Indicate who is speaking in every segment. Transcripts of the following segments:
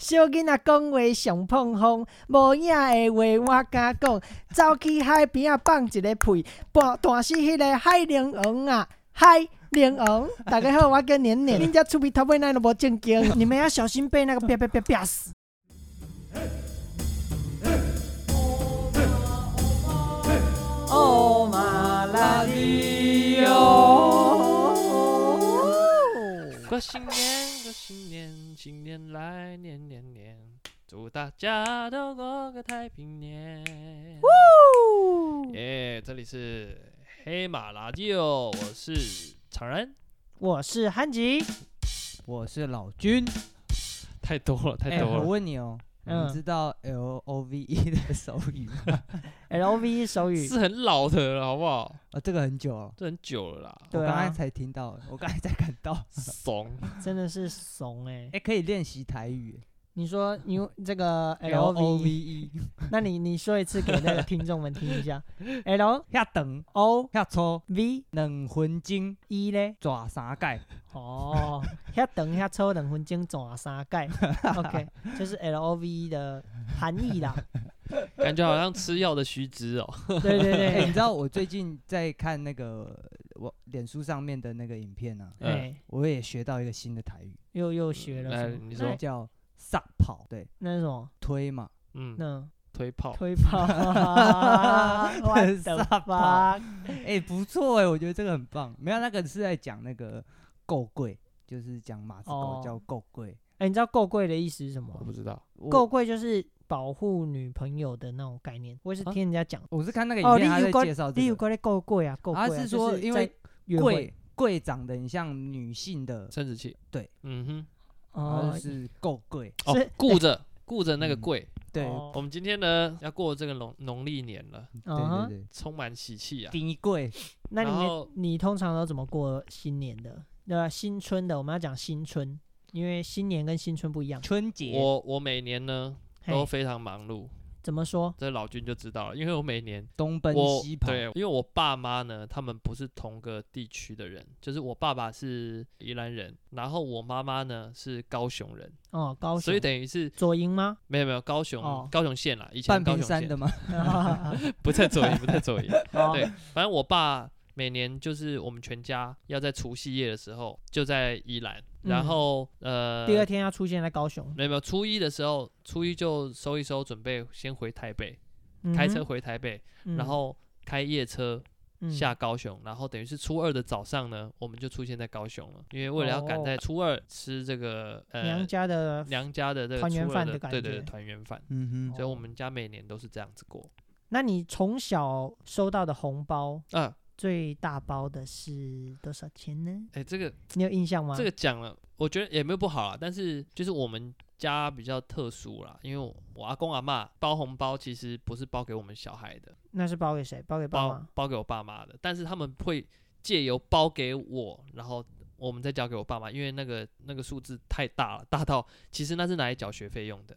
Speaker 1: 小囡仔讲话上碰风，无影的话我敢讲，走去海边啊放一个屁，半大是迄个海玲王啊，海。玲王，大家好，我叫年年，恁家出边头尾那都无正经，你们要小心被那个啪啪啪啪死。
Speaker 2: 哦嘛啦咪哟，
Speaker 3: 过新年，过新年，新年来，年年年，祝大家都过个太平年。 耶这里是黑马拉圾哦，我是常然，
Speaker 1: 我是韩吉，
Speaker 2: 我是老君。
Speaker 3: 太多了，
Speaker 2: 哎、
Speaker 3: 太多
Speaker 2: 我
Speaker 3: 了。
Speaker 2: 问你哦，
Speaker 1: 嗯
Speaker 2: 你知道 L O V E 的手语吗？
Speaker 1: L O V E 手语，
Speaker 3: 是很老的了，好不好？
Speaker 2: 哦，这个很久了，
Speaker 3: 这很久了啦，
Speaker 1: 对
Speaker 2: 我刚
Speaker 1: 啊
Speaker 2: 才才听到，我刚才才看到。
Speaker 3: 怂。
Speaker 1: 真的是怂哎、
Speaker 2: 哎、可以练习台语
Speaker 1: 你说你用这个 L
Speaker 2: ，L O
Speaker 1: O
Speaker 2: V
Speaker 1: V，
Speaker 2: E，
Speaker 1: 那你你说一次给那个听众们听一下，L
Speaker 2: 遐长
Speaker 1: O
Speaker 2: 遐粗，
Speaker 1: V
Speaker 2: 两分钟
Speaker 1: E 嘞？
Speaker 2: 抓三盖，
Speaker 1: 哦，遐长遐粗，两分钟转三盖 ，OK，就是 L O V E 的含义 啦。
Speaker 3: 感觉好像吃药的须知哦。
Speaker 1: 对对
Speaker 2: 哎、你
Speaker 1: 对，
Speaker 2: 知道我最近在看那个我脸书上面的那个影片啊，
Speaker 3: 嗯
Speaker 1: 哎，
Speaker 2: 我也学到一个新的台语，
Speaker 1: 又又学了
Speaker 3: 来
Speaker 1: 什么？
Speaker 3: 你
Speaker 1: 那
Speaker 3: 说
Speaker 2: 叫撒跑，对，
Speaker 1: 那是什么？
Speaker 2: 推嘛，
Speaker 3: 嗯，
Speaker 1: 那
Speaker 3: 推炮。
Speaker 1: 推 炮 ，what the
Speaker 2: 撒
Speaker 1: fuck？
Speaker 2: 哎、不错哎、我觉得这个很棒。没有，那个是在讲那个够贵，就是讲马子狗
Speaker 1: 哦
Speaker 2: 叫够贵。
Speaker 1: 哎，你知道“够贵”的意思是什么
Speaker 3: 我？不知道，
Speaker 2: 我
Speaker 1: 够贵就是保护女朋友的那种概念，我也是
Speaker 3: 啊
Speaker 1: 听人家讲。
Speaker 2: 我是看那个
Speaker 1: 哦你
Speaker 2: 影片，他
Speaker 1: 有
Speaker 2: 在
Speaker 1: 关
Speaker 2: 介绍
Speaker 1: 例
Speaker 2: 这
Speaker 1: 如
Speaker 2: 个，
Speaker 1: 过来够贵啊，够贵、啊。
Speaker 2: 他是说
Speaker 1: 就是
Speaker 2: 因为
Speaker 1: 在约会
Speaker 2: 贵贵长得很像女性的，
Speaker 3: 生殖器。
Speaker 2: 对，
Speaker 3: 嗯哼，
Speaker 2: 然后
Speaker 1: 哦
Speaker 2: 就，是够贵。
Speaker 3: 哦
Speaker 1: 是，
Speaker 3: 顾着顾着那个
Speaker 2: 嗯
Speaker 3: 贵。
Speaker 2: 对，
Speaker 1: 哦
Speaker 3: 我们今天呢要过这个农农历年了，
Speaker 1: 嗯
Speaker 2: 对对
Speaker 1: 哼
Speaker 2: 对，
Speaker 3: 充满喜气啊。
Speaker 2: 低贵
Speaker 1: 那你
Speaker 3: 然
Speaker 1: 们
Speaker 3: 后
Speaker 1: 你通常都怎么过新年的？对吧？新春的，我们要讲新春，因为新年跟新春不一样。
Speaker 2: 春节
Speaker 3: 我我每年呢都
Speaker 1: 嘿，
Speaker 3: 非常忙碌，
Speaker 1: 怎么说？
Speaker 3: 这老君就知道了，因为我每年
Speaker 2: 东奔
Speaker 3: 我
Speaker 2: 西跑，
Speaker 3: 对，因为我爸妈呢，他们不是同个地区的人，就是我爸爸是宜兰人，然后我妈妈呢是高雄人，
Speaker 1: 哦，高雄
Speaker 3: 所以等于是
Speaker 1: 左营 吗？
Speaker 3: 没有没有高雄、
Speaker 1: 哦
Speaker 3: 高雄县啦，以前
Speaker 2: 半
Speaker 3: 高
Speaker 2: 屏
Speaker 3: 雄
Speaker 2: 山的
Speaker 3: 县
Speaker 2: 吗？
Speaker 3: 不在左营，不在 左营，
Speaker 1: 哦
Speaker 3: 对，反正我爸每年就是我们全家要在除夕夜的时候就在宜兰，然
Speaker 1: 嗯
Speaker 3: 后、呃
Speaker 1: 第二天要出现在高雄，
Speaker 3: 没有没有初一的时候，初一就收一收，准备先回台北，
Speaker 1: 嗯哼
Speaker 3: 开车，回台北，
Speaker 1: 嗯
Speaker 3: 然后开夜车
Speaker 1: 嗯
Speaker 3: 下高雄，然后等于是初二的早上呢，我们就出现在高雄了，因为为了要赶在初二吃这个呃
Speaker 1: 哦娘家的
Speaker 3: 娘家的这个
Speaker 1: 团圆
Speaker 3: 初二
Speaker 1: 饭
Speaker 3: 的
Speaker 1: 的感
Speaker 3: 对对对
Speaker 1: 觉
Speaker 3: 团圆饭，
Speaker 2: 嗯
Speaker 3: 所以
Speaker 2: 哼，
Speaker 3: 我们家每年都是这样子过。
Speaker 1: 那你从小收到的红包
Speaker 3: 啊，
Speaker 1: 最大包的是多少钱呢？
Speaker 3: 哎，这个
Speaker 1: 你有印象吗？
Speaker 3: 这个讲了，我觉得也没有不好啊，但是就是我们家比较特殊啦，因为我我阿公阿妈包红包其实不是包给我们小孩的，
Speaker 1: 那是包给谁？包给爸
Speaker 3: 包
Speaker 1: 妈？
Speaker 3: 包给我爸妈的，但是他们会借由包给我，然后我们再交给我爸妈，因为那个那个数字太大了，大到其实那是拿来缴学费用的。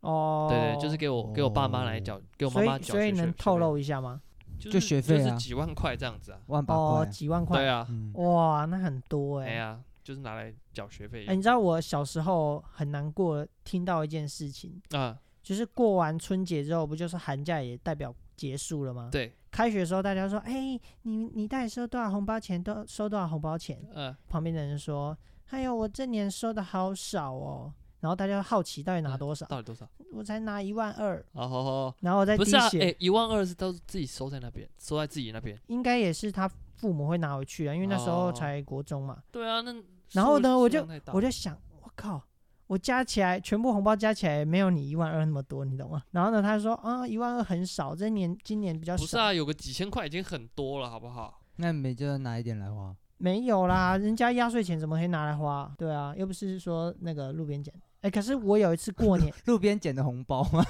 Speaker 1: 哦，
Speaker 3: 对对，就是给我给我爸妈来缴，给我妈
Speaker 1: 所
Speaker 3: 妈
Speaker 1: 以
Speaker 3: 缴学
Speaker 1: 所以
Speaker 3: 学费
Speaker 1: 能透露一下吗？
Speaker 3: 就
Speaker 2: 就是学费
Speaker 3: 就是
Speaker 2: 啊
Speaker 3: 几万块这样子啊。
Speaker 2: 万八
Speaker 1: 哦，
Speaker 2: 块啊。
Speaker 1: 几万块
Speaker 3: 对，啊，
Speaker 2: 嗯
Speaker 1: 哇，那很多哎、
Speaker 3: 哎呀，就是拿来缴学费
Speaker 1: 哎、你知道我小时候很难过，听到一件事情，
Speaker 3: 啊。
Speaker 1: 就是过完春节之后，不就是寒假也代表结束了吗？
Speaker 3: 对，
Speaker 1: 开学的时候，大家说，哎、你你到底收多少红包钱？都收多少红包钱？
Speaker 3: 嗯，
Speaker 1: 旁边的人说，哎呦，我这年收的好少哦。然后大家好奇到底拿多少，
Speaker 3: 嗯到底多少？
Speaker 1: 我才拿一万二，
Speaker 3: 哦吼吼，
Speaker 1: 然后我再
Speaker 3: 不
Speaker 1: 滴
Speaker 3: 是啊，
Speaker 1: 血，
Speaker 3: 哎，一万二是都是自己收在那边，收在自己那边。
Speaker 1: 应该也是他父母会拿回去啊，因为那时候
Speaker 3: 哦
Speaker 1: 才国中嘛。
Speaker 3: 对啊，那
Speaker 1: 然后
Speaker 3: 数
Speaker 1: 呢，
Speaker 3: 数
Speaker 1: 我就
Speaker 3: 量太大
Speaker 1: 我就想，我靠，我加起来全部红包加起来没有你一万二那么多，你懂吗？然后呢，他说啊，一万二很少，这年今年比较
Speaker 3: 不是
Speaker 1: 少，
Speaker 3: 啊，有个几千块已经很多了，好不好？
Speaker 2: 那你们就拿一点来花。，
Speaker 1: 没有啦，人家压岁钱怎么可以拿来花啊？对啊，又不是说那个路边捡。哎、可是我有一次过年
Speaker 2: 路边捡的红包吗？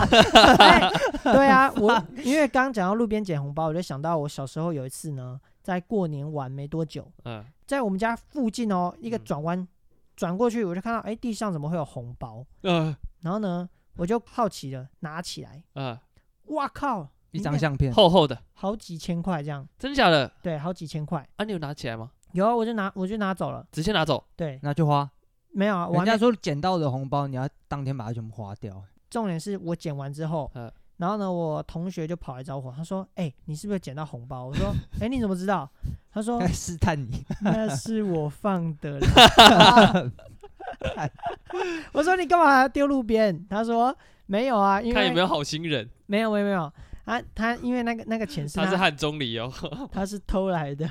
Speaker 1: 哎对啊，我因为刚讲到路边捡红包，我就想到我小时候有一次呢，在过年晚没多久，
Speaker 3: 嗯，
Speaker 1: 在我们家附近哦，一个
Speaker 3: 嗯
Speaker 1: 转弯转过去，我就看到哎、地上怎么会有红包？
Speaker 3: 呃
Speaker 1: 然后呢，我就好奇了，拿起来，
Speaker 3: 呃，
Speaker 1: 哇靠，
Speaker 2: 一
Speaker 1: 里
Speaker 2: 张
Speaker 1: 面
Speaker 2: 相片，
Speaker 3: 厚厚的，
Speaker 1: 好几千块这样，
Speaker 3: 真假的？
Speaker 1: 对，好几千块。
Speaker 3: 啊，你有拿起来吗？
Speaker 1: 有啊，我就拿我就拿走了，
Speaker 3: 直接拿走，
Speaker 1: 对，
Speaker 2: 那就花。
Speaker 1: 没有啊，我
Speaker 2: 人
Speaker 1: 还
Speaker 2: 家
Speaker 1: 没
Speaker 2: 说捡到的红包，你要当天把它全部花掉。
Speaker 1: 重点是我剪完之后
Speaker 3: 嗯，
Speaker 1: 然后呢，我同学就跑来找我，他说：“哎、你是不是捡到红包？”我说：“哎、你怎么知道？”他 说
Speaker 2: 该试探你，
Speaker 1: 那是我放的啦。 我说你干嘛还要丢路边？他说没有啊，因
Speaker 3: 看有没
Speaker 1: 为
Speaker 3: 有好心人，
Speaker 1: 没有没有没有啊，他因为那个那个钱是啊他
Speaker 3: 他是汉中 里哦，
Speaker 1: 他是偷来 的，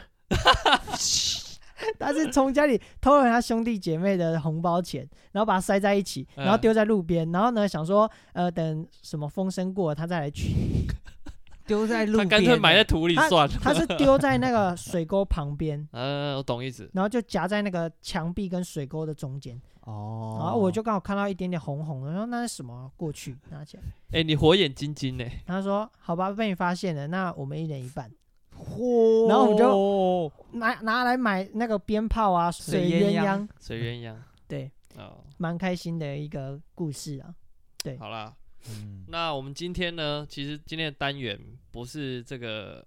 Speaker 1: 他是从家里偷了他兄弟姐妹的红包钱，然后把它塞在一起，然后
Speaker 3: 嗯
Speaker 1: 丢在路边，然后呢想说呃等什么风声过了他再来取，
Speaker 2: 丢在路
Speaker 3: 他
Speaker 2: 边。
Speaker 3: 干脆埋在土里算了。
Speaker 1: 他是丢在那个水沟旁边，
Speaker 3: 嗯，我懂意思。
Speaker 1: 然后就夹在那个墙壁跟水沟的中间，
Speaker 2: 哦，
Speaker 1: 然后我就刚好看到一点点红红的，然后那是什么？过去拿起来。
Speaker 3: 哎，你火眼金睛呢？
Speaker 1: 他说：“好吧，被你发现了，那我们一人一半，
Speaker 2: 嚯
Speaker 1: 然后我们就拿拿来买那个鞭炮啊，水
Speaker 2: 水
Speaker 1: 鸳
Speaker 2: 鸳鸯
Speaker 1: 鸯。
Speaker 3: 水鸳鸯。
Speaker 1: 对，
Speaker 3: 哦，
Speaker 1: 蛮开心的一个故事啊。对
Speaker 3: 好啦，
Speaker 2: 嗯
Speaker 3: 那我们今天呢，其实今天的单元不是这个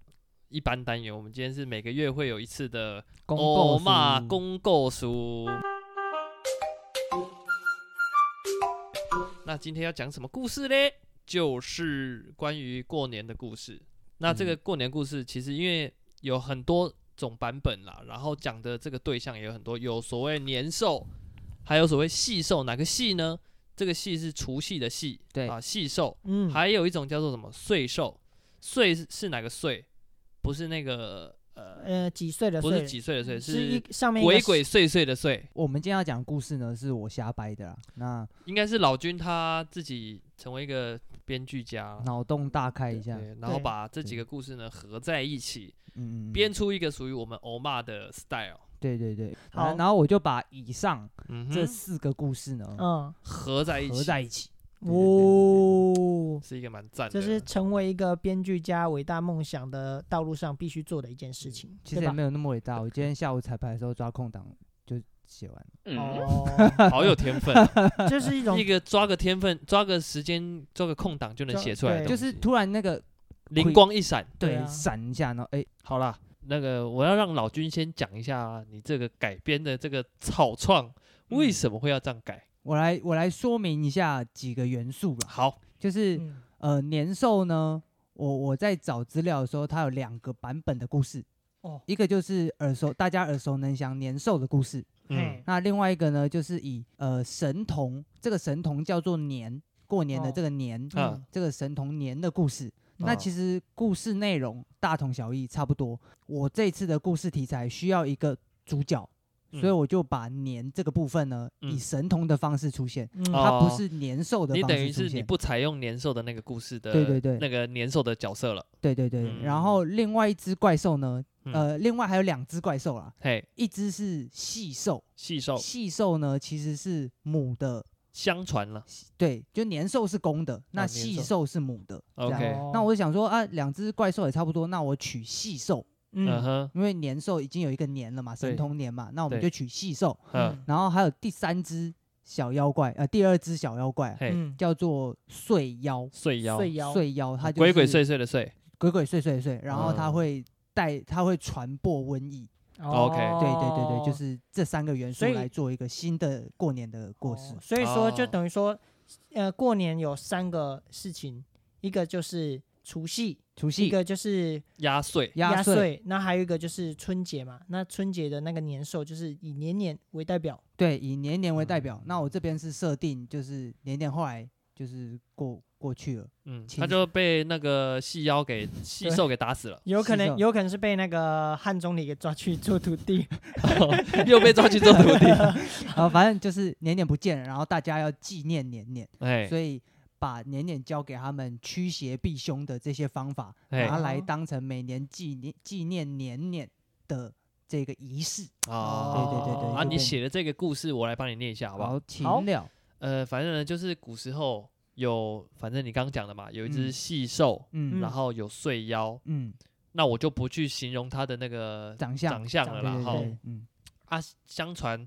Speaker 3: 一般单元，我们今天是每个月会有一次的
Speaker 2: 公
Speaker 3: 哦
Speaker 2: 购
Speaker 3: 嘛
Speaker 2: 书
Speaker 3: 公购书。那今天要讲什么故事嘞？就是关于过年的故事。那这个
Speaker 2: 嗯
Speaker 3: 过年故事其实因为有很多种版本啦，然后讲的这个对象也有很多，有所谓年兽，还有所谓细兽。哪个细呢？这个细是除夕的细，
Speaker 2: 对
Speaker 3: 啊，细兽。
Speaker 1: 嗯，
Speaker 3: 还有一种叫做什么岁兽，岁是是哪个岁？不是那个呃，
Speaker 1: 呃，几岁的
Speaker 3: 不
Speaker 1: 岁
Speaker 3: 是几岁的岁，
Speaker 1: 是
Speaker 3: 是
Speaker 1: 一上面一个
Speaker 3: 鬼鬼祟祟的祟，
Speaker 2: 我们今天要讲的故事呢，是我瞎掰的啦。那
Speaker 3: 应该是老君他自己成为一个编剧家，
Speaker 2: 脑洞大开一下，
Speaker 3: 对，然后
Speaker 1: 对
Speaker 3: 把这几个故事呢合在一起，
Speaker 2: 嗯嗯，嗯
Speaker 3: 编出一个属于我们欧骂的 style。
Speaker 2: 对对对，
Speaker 1: 好
Speaker 2: 然后然后我就把以上
Speaker 3: 嗯
Speaker 2: 这
Speaker 3: 哼，
Speaker 2: 四个故事呢
Speaker 1: 嗯，
Speaker 3: 合在一
Speaker 2: 合
Speaker 3: 起
Speaker 2: 在一起，对对
Speaker 1: 哦，
Speaker 3: 是一个蛮赞的，
Speaker 1: 这是成为一个编剧家伟大梦想的道路上必须做的一件事情，
Speaker 2: 嗯其实
Speaker 1: 对
Speaker 2: 也
Speaker 1: 吧？
Speaker 2: 没有那么伟大。我今天下午彩排的时候抓空档就写完了，
Speaker 3: 嗯
Speaker 1: 哦，
Speaker 3: 好有 天分，
Speaker 1: 这是一种
Speaker 3: 嗯 一个抓个天分，抓个时间，抓个空档就能
Speaker 1: 抓
Speaker 3: 写出来的
Speaker 1: 对
Speaker 3: 东
Speaker 2: 就
Speaker 3: 西，
Speaker 2: 是突然那个
Speaker 3: 灵
Speaker 2: 会
Speaker 3: 光一闪。
Speaker 1: 对啊
Speaker 2: 对闪一下，然后哎，
Speaker 3: 好啦，那个我要让老君先讲一下你这个改编的这个草创
Speaker 2: 嗯
Speaker 3: 为什么会要这样改。
Speaker 2: 我来我来说明一下几个元素啦，
Speaker 3: 好，
Speaker 2: 就是
Speaker 1: 嗯
Speaker 2: 呃年兽呢，我我在找资料的时候，它有两个版本的故事，
Speaker 1: 哦，
Speaker 2: 一个就是耳熟大家耳熟能详年兽的故事，
Speaker 3: 嗯
Speaker 1: 嘿，
Speaker 2: 那另外一个呢，就是以呃神童，这个神童叫做年，过年的
Speaker 1: 哦
Speaker 2: 这个年，
Speaker 3: 啊
Speaker 1: 嗯
Speaker 2: 这个神童年的故事。那
Speaker 1: 哦
Speaker 2: 其实故事内容大同小异，差不多。我这次的故事题材需要一个主角，
Speaker 3: 嗯
Speaker 2: 所以我就把年这个部分呢，
Speaker 3: 嗯
Speaker 2: 以神童的方式出现，
Speaker 1: 嗯
Speaker 3: 哦
Speaker 2: 它不是年兽的
Speaker 3: 你
Speaker 2: 方
Speaker 3: 等于
Speaker 2: 式出
Speaker 3: 是你
Speaker 2: 现。
Speaker 3: 不采用年兽的那个故事的，
Speaker 2: 对对对
Speaker 3: 那个年兽的角色了。
Speaker 2: 对对对。
Speaker 3: 嗯
Speaker 2: 然后另外一只怪兽呢，
Speaker 3: 嗯
Speaker 2: 呃，另外还有两只怪兽啦，
Speaker 3: 嘿，
Speaker 2: 一只是细兽，
Speaker 3: 细兽
Speaker 2: 细兽呢其实是母的
Speaker 3: 相传了
Speaker 2: 对，就年兽是公的，那
Speaker 3: 哦年
Speaker 2: 细
Speaker 3: 兽
Speaker 2: 兽是母的。这样
Speaker 3: ，OK，
Speaker 1: 哦
Speaker 2: 那我就想说啊，两只怪兽也差不多，那我取细兽，
Speaker 3: 嗯
Speaker 1: 嗯
Speaker 3: 哼，
Speaker 2: 因为年兽已经有一个年了嘛，神
Speaker 3: 对
Speaker 2: 童年嘛，那我们
Speaker 3: 对
Speaker 2: 就取细兽。
Speaker 3: 嗯，
Speaker 2: 然后还有第三只小妖怪，呃，第二只小妖怪啊
Speaker 3: 嘿，
Speaker 1: 嗯
Speaker 2: 叫做嗯碎妖，
Speaker 3: 碎妖，哦
Speaker 1: 碎妖
Speaker 2: 碎妖它就是
Speaker 3: 鬼鬼祟祟的祟，
Speaker 2: 鬼鬼祟祟祟，然后它
Speaker 3: 嗯
Speaker 2: 会带，它会传播瘟疫。
Speaker 1: 哦
Speaker 3: OK
Speaker 2: 对对对对，就。是这三个元素
Speaker 1: 所以
Speaker 2: 来做一个新的过年的故事
Speaker 1: 哦。所以说，就
Speaker 3: 哦
Speaker 1: 等于说，呃，过年有三个事情，一个就是除夕，
Speaker 2: 除
Speaker 1: 一
Speaker 2: 夕
Speaker 1: 个就是
Speaker 3: 压岁，
Speaker 2: 压岁，
Speaker 1: 岁，那还有一个就是春节嘛。那春节的那个年兽就是以年年为代表，，
Speaker 2: 对，以年年为代
Speaker 3: 嗯
Speaker 2: 表。那我这边是设定，就是年年后来就是过过去了，
Speaker 3: 嗯，
Speaker 2: 其
Speaker 3: 他
Speaker 2: 实
Speaker 3: 就被那个细妖给细兽给打死 了
Speaker 1: 有可
Speaker 2: 是
Speaker 1: 能
Speaker 2: 的
Speaker 1: 有可能是被那个汉中里给抓去做徒 弟。
Speaker 3: 又被抓去做徒弟，
Speaker 2: 然后反正就是年年不见了，然后大家要纪念年年，
Speaker 3: 哎
Speaker 2: 所以把年年交给他们驱邪避凶的这些方法，
Speaker 3: 哎
Speaker 2: 拿来
Speaker 1: 哦
Speaker 2: 当成每年纪念纪念年年的这个仪式。
Speaker 3: 啊。
Speaker 2: 对对对对
Speaker 3: 啊，
Speaker 2: 就
Speaker 3: 你
Speaker 2: 变
Speaker 3: 写的这个故事，我来帮你念一下，好不好？
Speaker 2: 好，请
Speaker 1: 好
Speaker 2: 了，
Speaker 3: 呃，反正呢，就是古时候有，反正你刚刚讲的嘛，有一只
Speaker 2: 嗯
Speaker 3: 细兽，
Speaker 2: 嗯
Speaker 3: 然后有碎妖，
Speaker 2: 嗯，
Speaker 3: 那我就不去形容它的那个
Speaker 2: 长相，
Speaker 3: 长相
Speaker 1: 长
Speaker 3: 了
Speaker 2: 对
Speaker 3: 啦。
Speaker 2: 对
Speaker 3: 哈
Speaker 2: 对，嗯，
Speaker 3: 啊，相传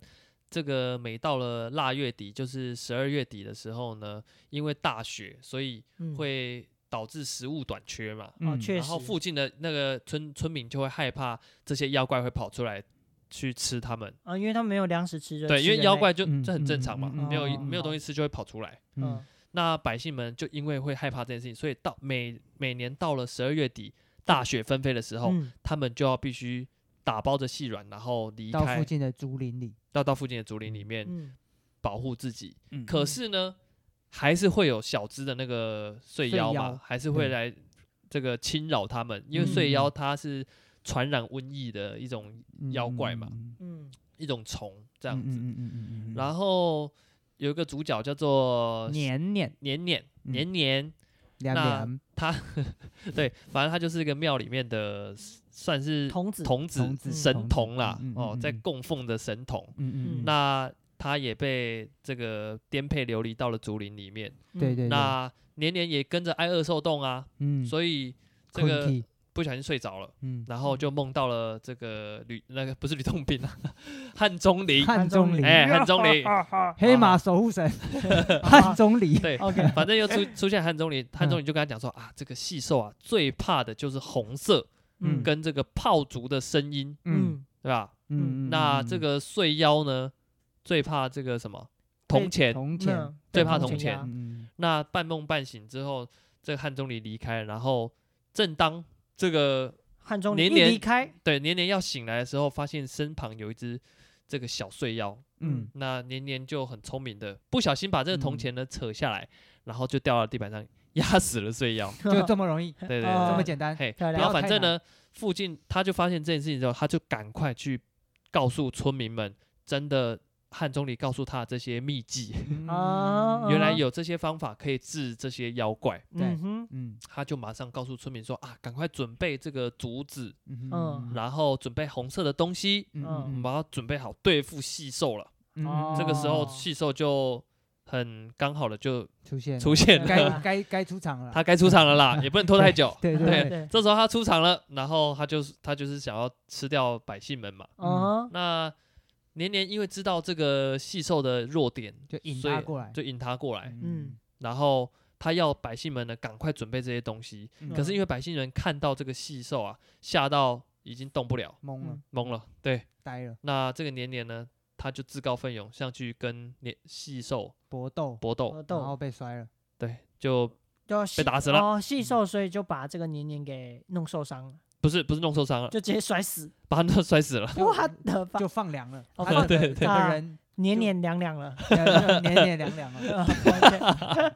Speaker 3: 这个每到了腊月底，就是十二月底的时候呢，因为大雪，所以
Speaker 1: 嗯，
Speaker 3: 会导致食物短缺嘛。
Speaker 1: 哦
Speaker 2: 嗯
Speaker 1: 确
Speaker 3: 然后
Speaker 1: 实
Speaker 3: 附近的那个村村民就会害怕这些妖怪会跑出来去吃它们。
Speaker 4: 啊，因为他们没有粮食吃，就
Speaker 3: 对，因为
Speaker 4: 吃人
Speaker 3: 妖
Speaker 4: 类
Speaker 3: 怪就
Speaker 2: 嗯
Speaker 3: 这很正常嘛，
Speaker 2: 嗯嗯
Speaker 3: 没有
Speaker 4: 嗯
Speaker 3: 没有东西吃就会跑出来。
Speaker 2: 嗯
Speaker 4: 嗯，
Speaker 3: 那百姓们就因为会害怕这件事情，所以到每每年到了十二月底大雪纷飞的时候，
Speaker 4: 嗯
Speaker 3: 他们就要必须打包着细软，然后离
Speaker 2: 到附
Speaker 3: 开，
Speaker 2: 近的竹林里，
Speaker 3: 要到附近的竹林里面
Speaker 4: 嗯，
Speaker 3: 保护自己。
Speaker 2: 嗯
Speaker 3: 可是呢，还是会有小只的那个碎
Speaker 2: 碎
Speaker 3: 妖
Speaker 2: 妖
Speaker 3: 嘛，还是会
Speaker 2: 对
Speaker 3: 来这个侵扰他们，因为
Speaker 2: 嗯
Speaker 3: 碎妖它是传染瘟疫的一种妖怪嘛，
Speaker 2: 嗯
Speaker 4: 嗯
Speaker 3: 一种虫这样
Speaker 2: 嗯
Speaker 3: 子。
Speaker 2: 嗯嗯嗯嗯嗯，嗯
Speaker 3: 然后有一个主角叫做
Speaker 2: 年年
Speaker 3: 年年
Speaker 2: 嗯
Speaker 3: 年年，
Speaker 2: 两
Speaker 3: 那
Speaker 2: 两
Speaker 3: 他对，反正他就是一个庙里面的算是
Speaker 4: 童子
Speaker 3: 童子
Speaker 2: 童子
Speaker 3: 神童啦
Speaker 2: 嗯嗯，嗯
Speaker 3: 哦
Speaker 2: 嗯，
Speaker 3: 在
Speaker 2: 嗯
Speaker 3: 供奉的神童。
Speaker 2: 嗯嗯嗯，
Speaker 3: 那他也被这个颠沛流离到了竹林里面。
Speaker 1: 嗯
Speaker 2: 对对，
Speaker 3: 那年年也跟着挨饿受冻啊，
Speaker 2: 嗯，
Speaker 3: 所以这
Speaker 2: 困
Speaker 3: 个
Speaker 2: 体
Speaker 3: 不小心睡着了，
Speaker 2: 嗯，
Speaker 3: 然后就梦到了这个吕那个不是吕洞宾啊， 汉钟离，
Speaker 2: 汉钟离，
Speaker 3: 哎，汉钟离，
Speaker 2: 黑马守 护神汉钟离，
Speaker 3: 对，
Speaker 4: ，OK，
Speaker 1: 嗯
Speaker 3: 反正又 出出现汉钟离，
Speaker 2: 嗯
Speaker 3: 汉钟离就跟他讲说啊，这个细兽啊最怕的就是红色
Speaker 2: 嗯
Speaker 3: 跟这个炮竹的声音，
Speaker 2: 嗯
Speaker 4: 嗯
Speaker 3: 对吧？
Speaker 2: 嗯，
Speaker 3: 那这个碎妖呢，最怕这个什么铜钱。
Speaker 2: 哎
Speaker 1: 嗯
Speaker 2: 铜
Speaker 4: 那
Speaker 2: 钱，
Speaker 3: 最
Speaker 4: 被
Speaker 3: 怕
Speaker 4: 同
Speaker 3: 铜
Speaker 4: 情
Speaker 3: 钱
Speaker 4: 啊
Speaker 2: 嗯
Speaker 3: 那半梦半醒之后，这个汉钟离离开了，然后正当这个
Speaker 4: 汉中离
Speaker 3: 年
Speaker 4: 一
Speaker 3: 年
Speaker 4: 离开，
Speaker 3: 对，年年要醒来的时候，发现身旁有一只这个小碎妖。
Speaker 2: 嗯
Speaker 3: 那年年就很聪明的，不小心把这个铜钱呢扯下来，然后就掉到地板上，压死了碎妖。
Speaker 2: 嗯，就 这么容易，
Speaker 3: 对对对，
Speaker 4: 哦
Speaker 2: 这么简单，
Speaker 3: 嘿，
Speaker 4: 漂亮
Speaker 3: 然后
Speaker 2: 不
Speaker 3: 反
Speaker 2: 要太
Speaker 3: 正
Speaker 2: 难
Speaker 3: 呢，附近他就发现这件事情之后，他就赶快去告诉村民们，真的汉钟离告诉他的这些秘籍，
Speaker 2: 嗯
Speaker 4: 啊
Speaker 3: 原来
Speaker 4: 嗯
Speaker 3: 有这些方法可以治这些妖怪，
Speaker 2: 对
Speaker 4: 嗯哼，
Speaker 2: 嗯
Speaker 3: 他就马上告诉村民说啊，赶快准备这个竹子，
Speaker 2: 嗯
Speaker 3: 然后准备红色的东西，我
Speaker 2: 嗯
Speaker 3: 们要准备好对付细兽了。嗯这个时候，
Speaker 4: 哦
Speaker 3: 细兽就很刚好的就
Speaker 2: 出现
Speaker 3: 出现了，
Speaker 2: 该该该出场了，
Speaker 3: 它该出场了啦，也不能拖太久。
Speaker 2: 对
Speaker 4: 对
Speaker 2: 对，
Speaker 4: 对，
Speaker 3: 这时候它出场了，然后它就是它就是想要吃掉百姓们嘛。
Speaker 4: 嗯哼，
Speaker 3: 那年年因为知道这个细兽的弱点，
Speaker 2: 就引
Speaker 3: 所以
Speaker 2: 他过来，
Speaker 3: 就引它过来，
Speaker 2: 嗯
Speaker 3: 然后他要百姓们呢赶快准备这些东西。
Speaker 2: 嗯
Speaker 3: 可
Speaker 4: 嗯
Speaker 3: 是因为百姓人看到这个细兽啊，吓到已经动不了，
Speaker 2: 嗯懵了
Speaker 3: 懵了。对，
Speaker 2: 呆了，
Speaker 3: 那这个年年呢，他就自告奋勇上去跟年细兽
Speaker 2: 搏斗，
Speaker 3: 搏斗，
Speaker 1: 哦
Speaker 4: 搏
Speaker 2: 然后
Speaker 4: 斗
Speaker 2: 被摔了，
Speaker 3: 对，就
Speaker 4: 就细
Speaker 3: 打死了嗯
Speaker 4: 哦，细瘦，所以就把这个年年给弄受伤了，
Speaker 3: 不是不是弄受伤了，
Speaker 4: 就直接 摔死，
Speaker 3: 把他摔死了。
Speaker 4: 我的妈，
Speaker 2: 就放凉了，整个
Speaker 4: 啊
Speaker 2: 人
Speaker 4: 年年凉凉了，
Speaker 2: 年年凉凉了，
Speaker 4: 啊 OK，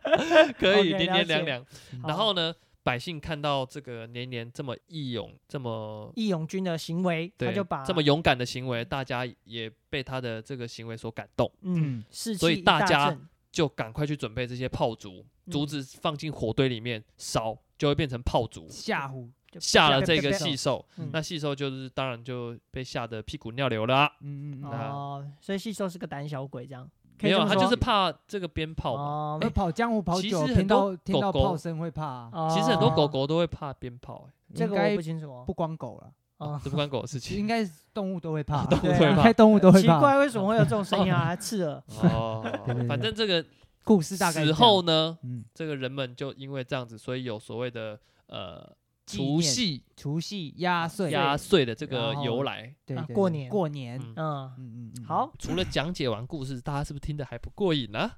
Speaker 3: 可以，
Speaker 4: OK，
Speaker 3: 年
Speaker 4: 了
Speaker 3: 年
Speaker 4: 解
Speaker 3: 凉凉。
Speaker 2: 好
Speaker 3: 嗯然后呢，百姓看到这个年年这么义勇，这么
Speaker 4: 义勇军的行为，他
Speaker 3: 对
Speaker 4: 就把
Speaker 3: 这么勇敢的行为，大家也被他的这个行为所感动，
Speaker 4: 嗯
Speaker 2: 嗯
Speaker 4: 士
Speaker 3: 所以
Speaker 4: 气
Speaker 3: 大家
Speaker 4: 振
Speaker 3: 就赶快去准备这些炮竹，竹
Speaker 4: 嗯
Speaker 3: 子放进火堆里面烧，就会变成炮竹，
Speaker 2: 吓唬，
Speaker 4: 就
Speaker 3: 吓了
Speaker 4: 被
Speaker 3: 这
Speaker 4: 被
Speaker 3: 个
Speaker 4: 被
Speaker 3: 细兽
Speaker 4: 嗯。
Speaker 3: 那细兽就是当然就被吓得屁股尿流了啊，
Speaker 2: 嗯嗯嗯，
Speaker 4: 哦，所以细兽是个胆小鬼，这样可
Speaker 3: 没
Speaker 4: 以
Speaker 3: 有
Speaker 4: 这
Speaker 3: 啊，
Speaker 4: 么
Speaker 3: 他
Speaker 4: 说
Speaker 3: 就是怕这个鞭炮嘛。呃
Speaker 4: 哦，
Speaker 2: 那呃跑江湖跑
Speaker 3: 其
Speaker 2: 久，
Speaker 3: 实
Speaker 2: 听
Speaker 3: 很多
Speaker 2: 到听到
Speaker 3: 狗狗
Speaker 2: 炮声会怕，啊
Speaker 3: 其实很多狗
Speaker 4: 哦
Speaker 3: 狗都会怕鞭炮、欸，
Speaker 4: 这
Speaker 2: 应
Speaker 4: 个我
Speaker 2: 该
Speaker 4: 不清楚哦
Speaker 2: 不光狗了，
Speaker 4: 哦。
Speaker 3: 这不关狗的事
Speaker 2: 应
Speaker 3: 情。
Speaker 2: 该是动物都会怕，
Speaker 3: 动
Speaker 4: 物都会
Speaker 2: 对啊
Speaker 3: 怕
Speaker 2: 应该动物都会
Speaker 4: 哦奇
Speaker 2: 怕。
Speaker 4: 怪，为什么会有这种声 音啊？刺耳，
Speaker 3: 哦
Speaker 2: 对对，
Speaker 3: 反正这个
Speaker 2: 故事大概是
Speaker 3: 死
Speaker 2: 这样
Speaker 3: 后，呢，
Speaker 2: 嗯，
Speaker 3: 这个人们就因为这样子，所以有所谓的呃
Speaker 2: 纪
Speaker 3: 除
Speaker 2: 念
Speaker 3: 夕
Speaker 2: 除夕压岁，
Speaker 3: 压岁的这个
Speaker 2: 然后
Speaker 3: 由来。
Speaker 2: 对
Speaker 4: 啊
Speaker 2: 对对
Speaker 4: 过年
Speaker 2: 过年，
Speaker 3: 嗯
Speaker 2: 嗯
Speaker 4: 嗯，
Speaker 2: 嗯嗯，
Speaker 4: 好，
Speaker 3: 除 了讲解完故事，大家是不是听得还不过瘾呢、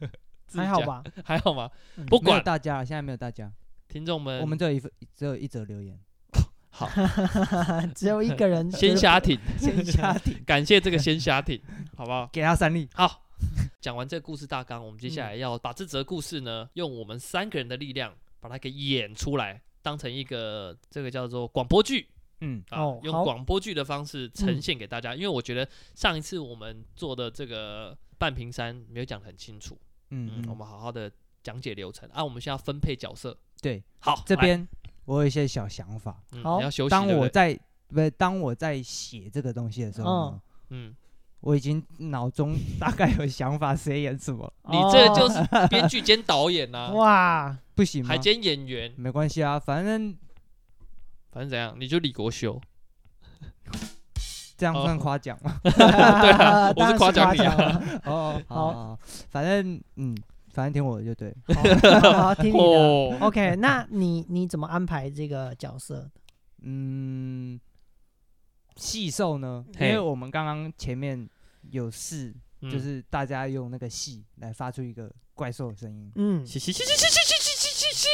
Speaker 3: 自己
Speaker 4: 还好
Speaker 3: 讲？
Speaker 4: 吧？
Speaker 3: 还好吗？
Speaker 4: 嗯
Speaker 3: 不
Speaker 2: 没有
Speaker 3: 管
Speaker 2: 大家了，啊现在没有大家，
Speaker 3: 听众们，
Speaker 2: 我们只有一份只有一则留言，
Speaker 3: 好
Speaker 4: 只有一个人
Speaker 3: 仙侠艇，
Speaker 2: 先下停，
Speaker 3: 感谢这个仙侠艇，好不好？
Speaker 2: 给他三粒，
Speaker 3: 好。讲完这个故事大纲，我们接下来要把这则故事呢，用我们三个人的力量把它给演出来，当成一个这个叫做广播剧。
Speaker 2: 嗯
Speaker 3: 啊，
Speaker 4: 哦
Speaker 3: 用
Speaker 4: 好
Speaker 3: 广播剧的方式呈现给大家，因为我觉得上一次我们做的这个半屏山没有讲得很清楚，嗯，
Speaker 2: 嗯
Speaker 3: 我
Speaker 2: 嗯，
Speaker 3: 们好好的讲解流程啊，我们现在要分配角色，
Speaker 2: 对，
Speaker 3: 好，
Speaker 2: 这
Speaker 3: 来、
Speaker 2: 边我有一些小想法，
Speaker 3: 嗯、
Speaker 4: 好
Speaker 3: 你要休息，
Speaker 2: 当
Speaker 3: 对不
Speaker 2: 我
Speaker 3: 对
Speaker 2: 在不是当我在写这个东西的时候呢，
Speaker 3: 嗯，
Speaker 2: 我已经脑中大概有想法谁演什么了，
Speaker 3: 你这就
Speaker 4: 哦
Speaker 3: 是编剧兼导演 呐、
Speaker 4: 哇，
Speaker 2: 不行吗
Speaker 3: 还？兼演员，
Speaker 2: 没关系啊，反正
Speaker 3: 反正怎样，你就李国修，
Speaker 2: 这样
Speaker 3: 哦
Speaker 2: 算夸奖嘛。
Speaker 3: 对啊，我
Speaker 4: 当然
Speaker 3: 是
Speaker 4: 是
Speaker 3: 夸奖你
Speaker 4: 夸
Speaker 3: 啊，
Speaker 2: 哦， 好，好好反正嗯，反正听我的就对了。
Speaker 4: 好好好听你的。
Speaker 3: 哦，
Speaker 4: OK，那你你怎么安排这个角色？
Speaker 2: 嗯，细兽呢，因
Speaker 3: 嘿
Speaker 2: 为我们刚刚前面有试，
Speaker 3: 嗯
Speaker 2: 就是大家用那个戏来发出一个怪兽的声音。
Speaker 1: 嗯，
Speaker 3: 嘻嘻嘻嘻嘻嘻嘻嘻嘻嘻。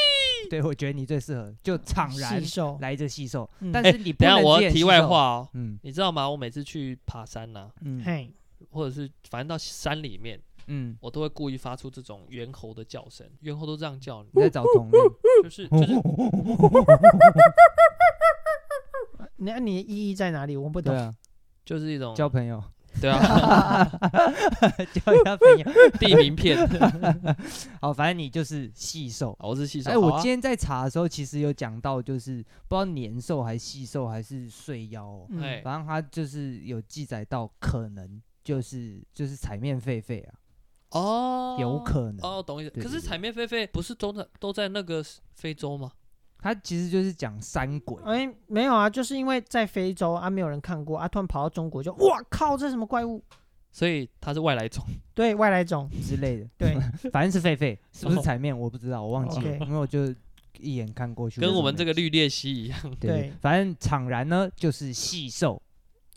Speaker 2: 对，我觉得你最适合就怅然
Speaker 1: 细兽，
Speaker 2: 来一只细兽，
Speaker 1: 嗯
Speaker 2: 但
Speaker 3: 哎
Speaker 2: 是你不
Speaker 3: 等一
Speaker 2: 能
Speaker 3: 下我
Speaker 2: 只演
Speaker 3: 题
Speaker 2: 细
Speaker 3: 外
Speaker 2: 兽，
Speaker 3: 话哦，
Speaker 2: 嗯
Speaker 3: 你知道吗？我每次去爬山呐、
Speaker 2: 嗯
Speaker 1: 嘿，
Speaker 3: 或者是反正到山里面，
Speaker 2: 嗯，
Speaker 3: 我都会故意发出这种猿猴的叫声，猿猴都这样叫，
Speaker 2: 你在找同类，
Speaker 3: 就是就是
Speaker 1: 那你的意义在哪里？我不
Speaker 2: 对
Speaker 1: 懂。
Speaker 2: 啊，
Speaker 3: 就是一种
Speaker 2: 交朋友，
Speaker 3: 对 啊，
Speaker 2: 交一下朋
Speaker 1: 哎
Speaker 2: 友。
Speaker 3: 地名片。
Speaker 2: 好，反正你就是细兽。
Speaker 3: 啊我是细手。
Speaker 2: 哎、
Speaker 3: 好
Speaker 2: 我
Speaker 3: 啊
Speaker 2: 今天在查的时候，其实有讲到，就是不知道年兽还是细兽还是碎妖哦，
Speaker 1: 嗯
Speaker 3: 哎
Speaker 2: 反正它就是有记载到，可能就是就是彩面狒狒啊，
Speaker 3: 哦，
Speaker 2: 有可能。
Speaker 3: 哦，懂意思。
Speaker 2: 对
Speaker 3: 可
Speaker 2: 对
Speaker 3: 是
Speaker 2: 对
Speaker 3: 彩面狒狒不是都在都在那个非洲吗？
Speaker 2: 它其实就是讲山鬼，
Speaker 1: 哎、没有啊，就是因为在非洲啊，没有人看过啊，突然跑到中国就哇靠，这是什么怪物？
Speaker 3: 所以它是外来种。
Speaker 1: 对外来种，
Speaker 2: 之类的，
Speaker 1: 对，
Speaker 2: 反正是狒狒，是不是
Speaker 3: 哦
Speaker 2: 彩面我不知道，我忘记了，
Speaker 1: OK
Speaker 2: 因为我就一眼看过去。
Speaker 3: 跟我们这
Speaker 2: 就
Speaker 3: 个绿鬣蜥 一样。
Speaker 2: 没对，对
Speaker 1: 对
Speaker 2: 反正怅然呢就是细兽，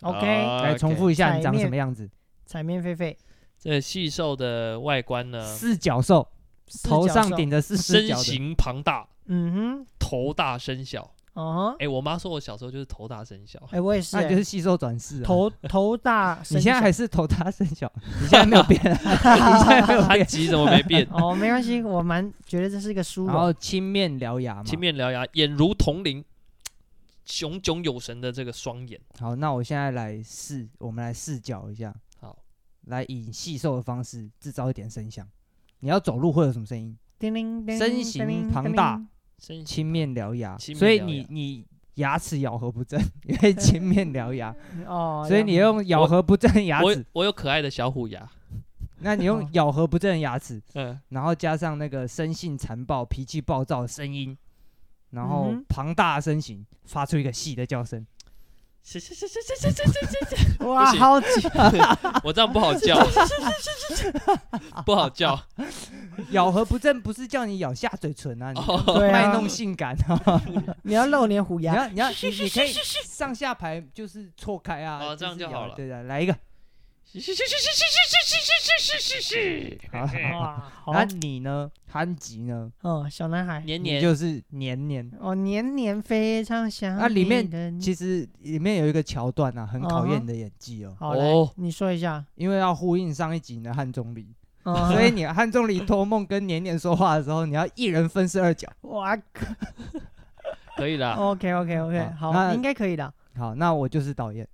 Speaker 1: OK
Speaker 3: 啊
Speaker 2: 来重复一下你
Speaker 1: 彩
Speaker 2: 长什
Speaker 1: 面
Speaker 2: 么样子，
Speaker 1: 彩面狒狒，
Speaker 3: 这细兽的外观呢，
Speaker 2: 四角兽，
Speaker 1: 四
Speaker 2: 头
Speaker 1: 脚
Speaker 2: 上
Speaker 1: 兽
Speaker 2: 顶，的是四
Speaker 3: 身
Speaker 2: 角的，
Speaker 3: 形庞大，
Speaker 1: 嗯哼，
Speaker 3: 头大身小。
Speaker 1: 哦、
Speaker 3: 哎、我妈说我小时候就是头大身小
Speaker 1: 哎、。我也是、
Speaker 2: 那
Speaker 1: 哎
Speaker 2: 你就是细兽转世啊。
Speaker 1: 头头大身小，？
Speaker 2: 你现在还是头大身小， 你现在没有 变啊，你现在没有
Speaker 3: 韩
Speaker 2: 变。
Speaker 3: 籍怎么没变
Speaker 1: 哦，没关系，我蛮觉得这是一个殊
Speaker 2: 然
Speaker 1: 荣。
Speaker 2: 后青面獠牙嘛，
Speaker 3: 青面獠牙，眼如铜铃，炯炯有神的这个双眼。
Speaker 2: 好，那我现在来试，我们来试脚一下，
Speaker 3: 好，
Speaker 2: 来以细兽的方式制造一点声响。你要走路会有什么声音？
Speaker 1: 叮铃叮铃，
Speaker 2: 身
Speaker 1: 叮
Speaker 2: 形
Speaker 1: 铃
Speaker 2: 庞
Speaker 1: 叮
Speaker 2: 大
Speaker 1: 铃
Speaker 3: 身
Speaker 2: 青面獠牙，
Speaker 3: 青面
Speaker 2: 所以
Speaker 3: 獠
Speaker 2: 你
Speaker 3: 牙
Speaker 2: 你牙齿咬合不正，因为青面獠牙，
Speaker 1: 哦，
Speaker 2: 所以你用咬合不正的牙
Speaker 3: 我
Speaker 2: 齿，
Speaker 3: 我有可爱的小虎牙，
Speaker 2: 那你用
Speaker 1: 哦
Speaker 2: 咬合不正的牙齿，
Speaker 3: 嗯，
Speaker 2: 然后加上那个生性残暴、脾气暴躁的声音，然后
Speaker 1: 嗯哼
Speaker 2: 庞大的身形发出一个细的叫声。
Speaker 3: 是是是是是是是是是，
Speaker 1: 这样哇，
Speaker 3: 不行
Speaker 1: 好紧，
Speaker 3: 我这样不好叫，不好叫，
Speaker 2: 咬合不正不是叫你咬下嘴唇啊，你
Speaker 3: 哦，
Speaker 1: 对
Speaker 2: 卖
Speaker 1: 啊
Speaker 2: 弄，性感 啊，
Speaker 1: 你要露脸虎
Speaker 2: 你
Speaker 1: 牙，
Speaker 2: 要你要你你可以上下排就是错开啊，
Speaker 3: 哦这
Speaker 2: 是
Speaker 3: 样就
Speaker 2: 咬
Speaker 3: 好了
Speaker 2: 对的，来一个。
Speaker 3: 是是是是是是是是是是是，
Speaker 2: 好，
Speaker 1: 哇，好，
Speaker 2: 那你呢？憨吉呢？
Speaker 1: 嗯，小男孩，
Speaker 3: 年
Speaker 2: 你
Speaker 3: 年
Speaker 2: 就是年年。
Speaker 1: 哦，年年非常想
Speaker 2: 啊里面
Speaker 1: 你的你
Speaker 2: 其实里面有一个桥段啊，很考验你的演技哦，
Speaker 1: 嗯好
Speaker 3: 哦
Speaker 1: 来，你说一下，
Speaker 2: 因为要呼应上一集的汉钟离，
Speaker 1: 嗯
Speaker 2: 所以你汉钟离托梦跟年年说话的时候，你要一人分饰二角。
Speaker 1: 哦哇
Speaker 3: 可以啦，
Speaker 1: ，OK OK OK，
Speaker 2: 好啊那
Speaker 1: 好，应该可以的。
Speaker 2: 好，那我就是导演，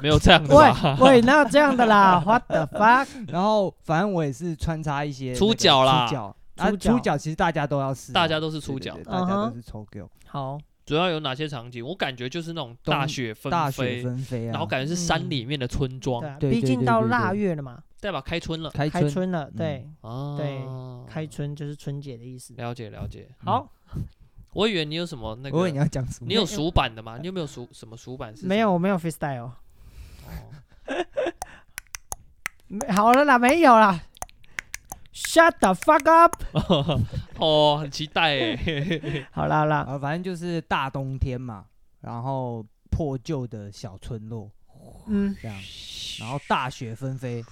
Speaker 3: 没有这样的
Speaker 1: 喂
Speaker 3: 吧？
Speaker 1: 喂，哪有这样的 啦？What the fuck？
Speaker 2: 然后反正我也是穿插一些那个
Speaker 3: 出角啦
Speaker 2: 出角啊，
Speaker 1: 出角
Speaker 2: 出角其实大家都要试啊，
Speaker 3: 大家都是出
Speaker 2: 对
Speaker 3: 脚
Speaker 2: 对，对大家
Speaker 1: 嗯
Speaker 2: 都
Speaker 1: 哼
Speaker 2: 是抽给我
Speaker 1: 好，
Speaker 2: 哦
Speaker 3: 主要有哪些场景？我感觉就是那种
Speaker 2: 冬
Speaker 3: 大雪纷
Speaker 2: 大雪
Speaker 3: 飞，
Speaker 2: 纷飞啊，
Speaker 3: 然后感觉是山里面的村庄
Speaker 1: 对，啊，
Speaker 2: 对
Speaker 1: 毕
Speaker 2: 对
Speaker 1: 竟
Speaker 2: 对
Speaker 1: 到
Speaker 2: 对
Speaker 1: 腊
Speaker 2: 对
Speaker 1: 月了嘛，
Speaker 3: 代表开春了
Speaker 2: 开
Speaker 1: 开
Speaker 2: 春
Speaker 1: 春了，
Speaker 2: 嗯
Speaker 1: 对，
Speaker 3: 啊，
Speaker 1: 对开春就是春节的意
Speaker 2: 嗯
Speaker 1: 思。
Speaker 3: 了解了解。
Speaker 1: 好，
Speaker 3: 我以为你有什么那
Speaker 2: 我以为你
Speaker 3: 个，
Speaker 2: 要讲什么
Speaker 3: 你？有鼠版的吗？你有没有鼠什么鼠版是什么？
Speaker 1: 没有，我没有 freestyle。
Speaker 3: 哦。
Speaker 1: 没好了啦，没有啦。Shut the fuck up！
Speaker 3: 哦，很期待哎。
Speaker 1: 好啦好啦，
Speaker 2: 啊，反正就是大冬天嘛，然后破旧的小村落
Speaker 1: 嗯，
Speaker 2: 这样，然后大雪纷飞。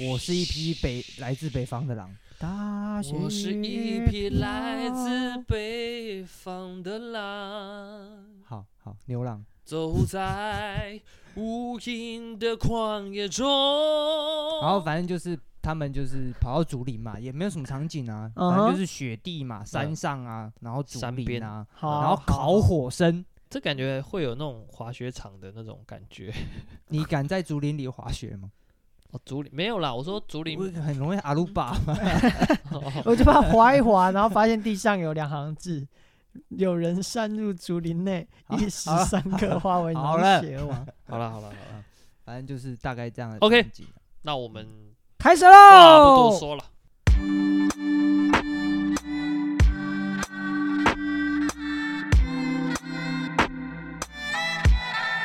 Speaker 2: 我是一匹北来自北方的狼，
Speaker 1: 大雪
Speaker 3: 我是一匹来自
Speaker 1: 飘
Speaker 3: 北方的狼，
Speaker 2: 好好牛郎，
Speaker 3: 走在无垠的旷野中。
Speaker 2: 然后反正就是他们就是跑到竹林嘛，也没有什么场景啊，
Speaker 1: 嗯哼
Speaker 2: 反正就是雪地嘛、山上啊，然后竹
Speaker 3: 山
Speaker 2: 林
Speaker 3: 边
Speaker 2: 啊，
Speaker 1: 哦好，
Speaker 2: 然后烤
Speaker 1: 好，
Speaker 2: 火声。
Speaker 3: 这感觉会有那种滑雪场的那种感觉。
Speaker 2: 你敢在竹林里滑雪吗？
Speaker 3: 哦，竹林没有啦，我说竹 林哦
Speaker 2: 我 很容易阿鲁巴嘛，
Speaker 1: 我就怕滑一滑，然后发现地上有两行字：有人擅入竹林内，
Speaker 2: 好
Speaker 1: 一时三刻化为
Speaker 2: 好
Speaker 1: 脓
Speaker 2: 了
Speaker 1: 血亡。
Speaker 3: 好啦好啦好啦，
Speaker 2: 反正就是大概这样的
Speaker 3: OK
Speaker 2: 场景啊
Speaker 3: 那我们
Speaker 1: 开始
Speaker 2: 哦
Speaker 3: 话不多
Speaker 1: 喽！
Speaker 3: 说了。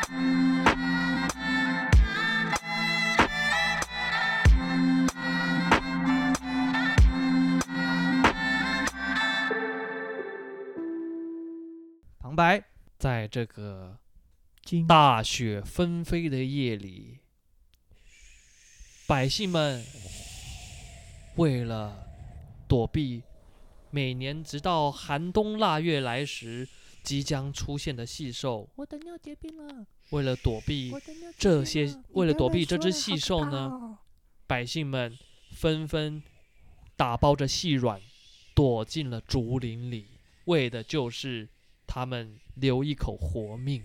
Speaker 2: 旁白
Speaker 3: 在这个
Speaker 4: 经
Speaker 3: 大雪纷飞的夜里，百姓们为了躲避每年直到寒冬腊月来时即将出现的细兽，
Speaker 2: 我的尿结冰了，
Speaker 3: 为了躲避
Speaker 2: 我的尿结
Speaker 3: 这
Speaker 2: 冰
Speaker 3: 些
Speaker 2: 了，
Speaker 3: 为了躲避这只细兽呢，
Speaker 1: 呢？
Speaker 3: 百姓们纷纷打包着细软，躲进了竹林里，为的就是他们留一口活命。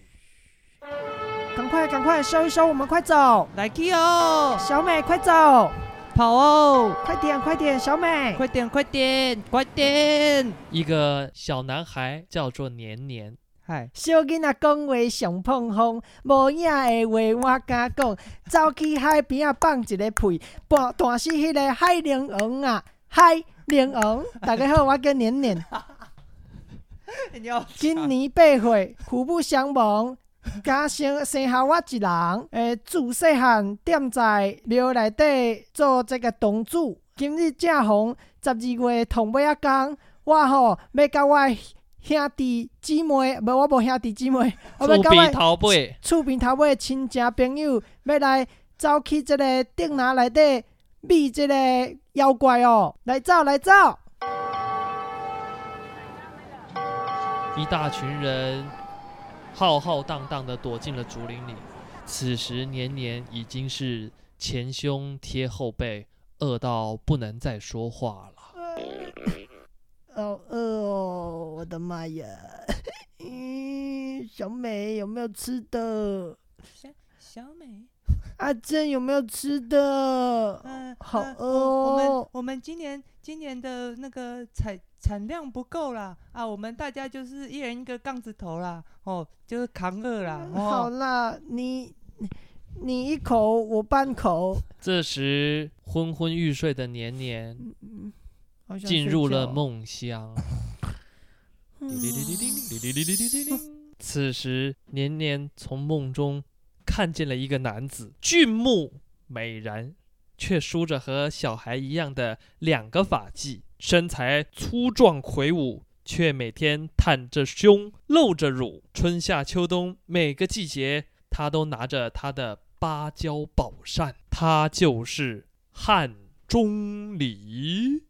Speaker 1: 赶快赶快收一收，我们快走！
Speaker 2: 来 k 哦，
Speaker 1: 小美快走，
Speaker 2: 跑哦，
Speaker 1: 快点快点，小美！
Speaker 2: 快点快点快 点！
Speaker 3: 一个小男孩叫做年年，
Speaker 2: 嗨，
Speaker 1: 小囡仔讲话上碰风，无影的话我敢讲。走去海边啊，放一个屁，半但是迄个海玲珑啊，海玲珑。大家好，我叫年年，
Speaker 2: 你要
Speaker 1: 今年八岁，父母双亡，家生生下我一人。诶、自细汉踮在庙内底做这个童子，今日正逢十二月同尾啊天，我吼要甲我的兄弟姊妹，无我无兄弟姊妹，我要
Speaker 3: 猪
Speaker 1: 甲我
Speaker 3: 鼻
Speaker 1: 的
Speaker 3: 桃背，
Speaker 1: 厝边头尾的亲戚朋友要来走去即个顶拿内底秘即个妖怪哦，来走来走，
Speaker 3: 一大群人浩浩荡荡地躲进了竹林里。此时年年已经是前胸贴后背，饿到不能再说话了。
Speaker 1: 哦饿哦，我的妈呀！ 嗯，小美有没有吃的？
Speaker 2: 小小美，
Speaker 1: 阿珍有没有吃的？
Speaker 2: 嗯、呃，
Speaker 1: 好饿
Speaker 2: 我
Speaker 1: 哦
Speaker 2: 们我们今年今年的那个产产量不够啦，啊，我们大家就是一人一个杠子头啦，哦，就是扛饿啦，
Speaker 1: 嗯好
Speaker 2: 哦，
Speaker 1: 啦，你你你一口我半口，
Speaker 3: 这时昏昏欲睡的年年
Speaker 1: 嗯好想
Speaker 3: 进入了
Speaker 1: 睡觉。
Speaker 3: 梦乡。
Speaker 1: 嗯
Speaker 3: 嗯此时，年年从梦中看见了一个男子，俊目美然，却梳着和小孩一样的两个发髻，身材粗壮魁梧，却每天袒着胸，露着乳。春夏秋冬，每个季节，他都拿着他的芭蕉宝扇，他就是汉钟离。，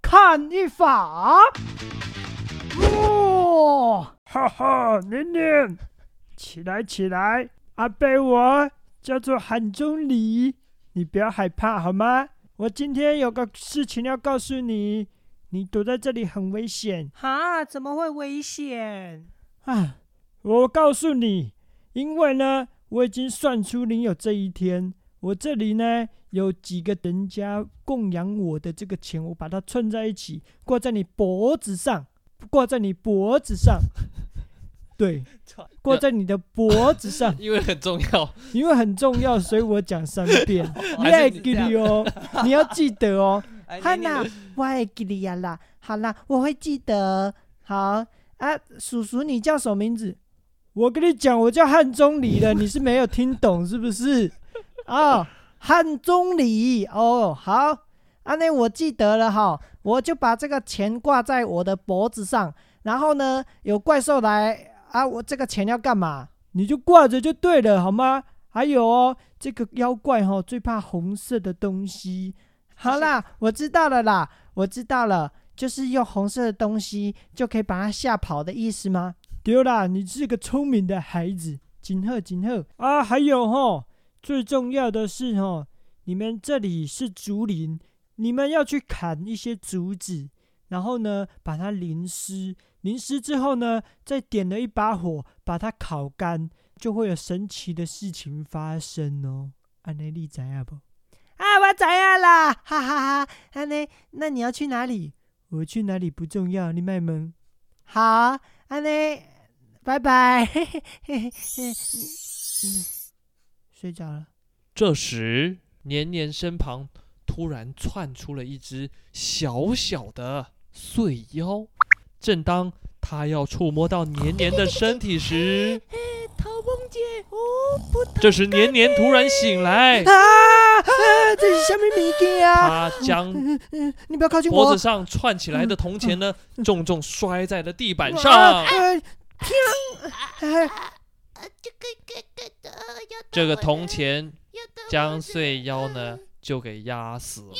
Speaker 1: 看一法。哦，
Speaker 4: 哈哈，年年，起来起来，阿贝我叫做韩钟离，你不要害怕好吗？我今天有个事情要告诉你，你躲在这里很危险
Speaker 1: 哈，怎么会危险？
Speaker 4: 啊！我告诉你，因为呢，我已经算出你有这一天。我这里呢有几个人家供养我的这个钱，我把它串在一起，挂在你脖子上，挂在你脖子上，对，挂在你的脖子上
Speaker 3: 因为很重要，
Speaker 4: 因为很重要，所以我讲三遍。你
Speaker 3: 还
Speaker 4: 要
Speaker 3: 是
Speaker 4: 记得哦，你要记得哦。
Speaker 2: 哎
Speaker 1: 汉
Speaker 2: 年
Speaker 1: 娜啊
Speaker 2: 年，
Speaker 1: 我会记得
Speaker 4: 啊
Speaker 1: 呀啦。好啦，我会记得。好啊，叔叔，你叫什么名字？
Speaker 4: 我跟你讲，我叫汉钟离了，你是没有听懂是 不是？
Speaker 1: 哦，汉钟离。哦，好，啊，那我记得了哈。我就把这个钱挂在我的脖子上，然后呢，有怪兽来啊，我这个钱要干嘛？
Speaker 4: 你就挂着就对了，好吗？还有哦，这个妖怪哈、最怕红色的东西，
Speaker 1: 好啦，我知道了啦，我知道了，就是用红色的东西就可以把它吓跑的意思吗？
Speaker 4: 丢啦！你是个聪明的孩子，锦鹤锦鹤啊！还有哈、最重要的是哈、你们这里是竹林，你们要去砍一些竹子，然后呢把它淋湿，淋湿之后呢再点了一把火把它烤干，就会有神奇的事情发生哦。安内利仔啊不？
Speaker 1: 啊，我知啊啦，哈哈哈。安尼，那你要去哪里？
Speaker 4: 我去哪里不重要，你卖萌。
Speaker 1: 好，安尼，拜拜。 嘿嘿嘿嘿
Speaker 4: 睡着了。
Speaker 3: 这时，年年身旁突然窜出了一只小小的碎妖。正当他要触摸到年年的身体时，
Speaker 2: 桃公姐，哦，不
Speaker 3: 这时年年突然醒来，
Speaker 1: 啊啊！这是什么物件啊？嗯
Speaker 3: 他将
Speaker 1: 你不要靠近
Speaker 3: 脖
Speaker 1: 我
Speaker 3: 子！上串起来的铜钱
Speaker 2: 嗯
Speaker 3: 呢，重重摔在了地板
Speaker 1: 啊
Speaker 3: 上。
Speaker 1: 哎天啊！哎
Speaker 5: 这个这个的要到
Speaker 3: 这个
Speaker 5: 我了
Speaker 3: 铜钱
Speaker 5: 要到我
Speaker 3: 将
Speaker 5: 了
Speaker 3: 穗妖呢
Speaker 5: 嗯
Speaker 3: 就给压死了。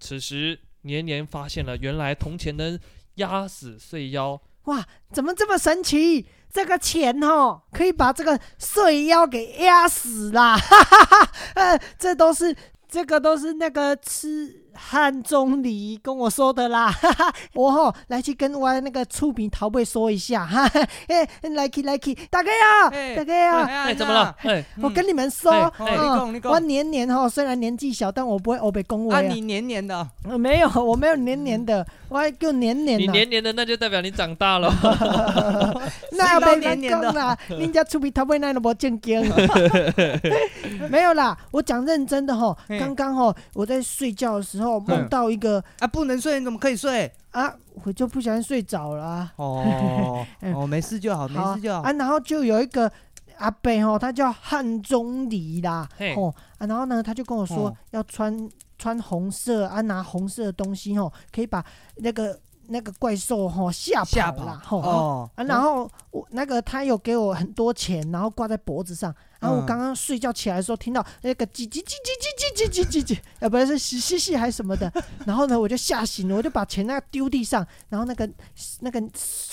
Speaker 3: 此时，年年发现了原来铜钱能压死穗妖，
Speaker 1: 哇，怎么这么神奇？这个钱哦，可以把这个碎妖给压死啦！ 哈哈哈，呃，这都是这个都是那个吃汉钟离跟我说的啦， 哈哈，我吼、来去跟我那个触屏桃贝说一下，哈 哈，哎、来去来去，大哥呀，
Speaker 2: 哎
Speaker 1: 大哥呀，
Speaker 2: 哎
Speaker 3: 哎，怎么了？？哎，
Speaker 2: 嗯
Speaker 1: 我跟你们说，
Speaker 3: 哎
Speaker 2: 哦
Speaker 3: 哎
Speaker 2: 你
Speaker 1: 嗯
Speaker 2: 讲你讲
Speaker 1: 我年年哈、虽然年纪小，但我不会欧北恭维啊
Speaker 2: 啊，你黏黏的哦，
Speaker 1: 呃没有，我没有年年的，我还就年年
Speaker 3: 你
Speaker 1: 呐、
Speaker 3: 黏黏的，那就代表你长大了。
Speaker 1: 那
Speaker 2: 谁
Speaker 1: 被
Speaker 2: 都黏
Speaker 1: 人
Speaker 2: 黏的
Speaker 1: 讲啦， 人家出比他们那都无正 经。 没有啦，我讲认真的吼，
Speaker 2: 嘿嗯
Speaker 1: 刚刚吼我在睡觉的时候梦到一个
Speaker 2: 啊，不能睡，你怎么可以睡？
Speaker 1: 啊，我就不小心睡着了啊、
Speaker 2: 哦哦，没事就好，
Speaker 1: 好
Speaker 2: 没事就好。
Speaker 1: 啊，然后就有一个阿伯吼，他叫汉钟离啦，
Speaker 3: 嘿
Speaker 1: 哦啊，然后呢他就跟我说
Speaker 2: 哦
Speaker 1: 要穿穿红色啊，拿红色的东西吼，可以把那个那个怪兽吼吓
Speaker 2: 吓
Speaker 1: 跑啦，
Speaker 2: 跑
Speaker 1: 吼。
Speaker 2: 哦
Speaker 1: 啊，然后我那个他有给我很多钱，然后挂在脖子上。然后我
Speaker 2: 嗯
Speaker 1: 刚刚睡觉起来的时候，听到那个叽叽叽叽叽叽叽叽叽，呃，不是是嘻嘻还是什么的。 然后呢，我就吓醒了，我就把钱那个丢地上，然后那个那个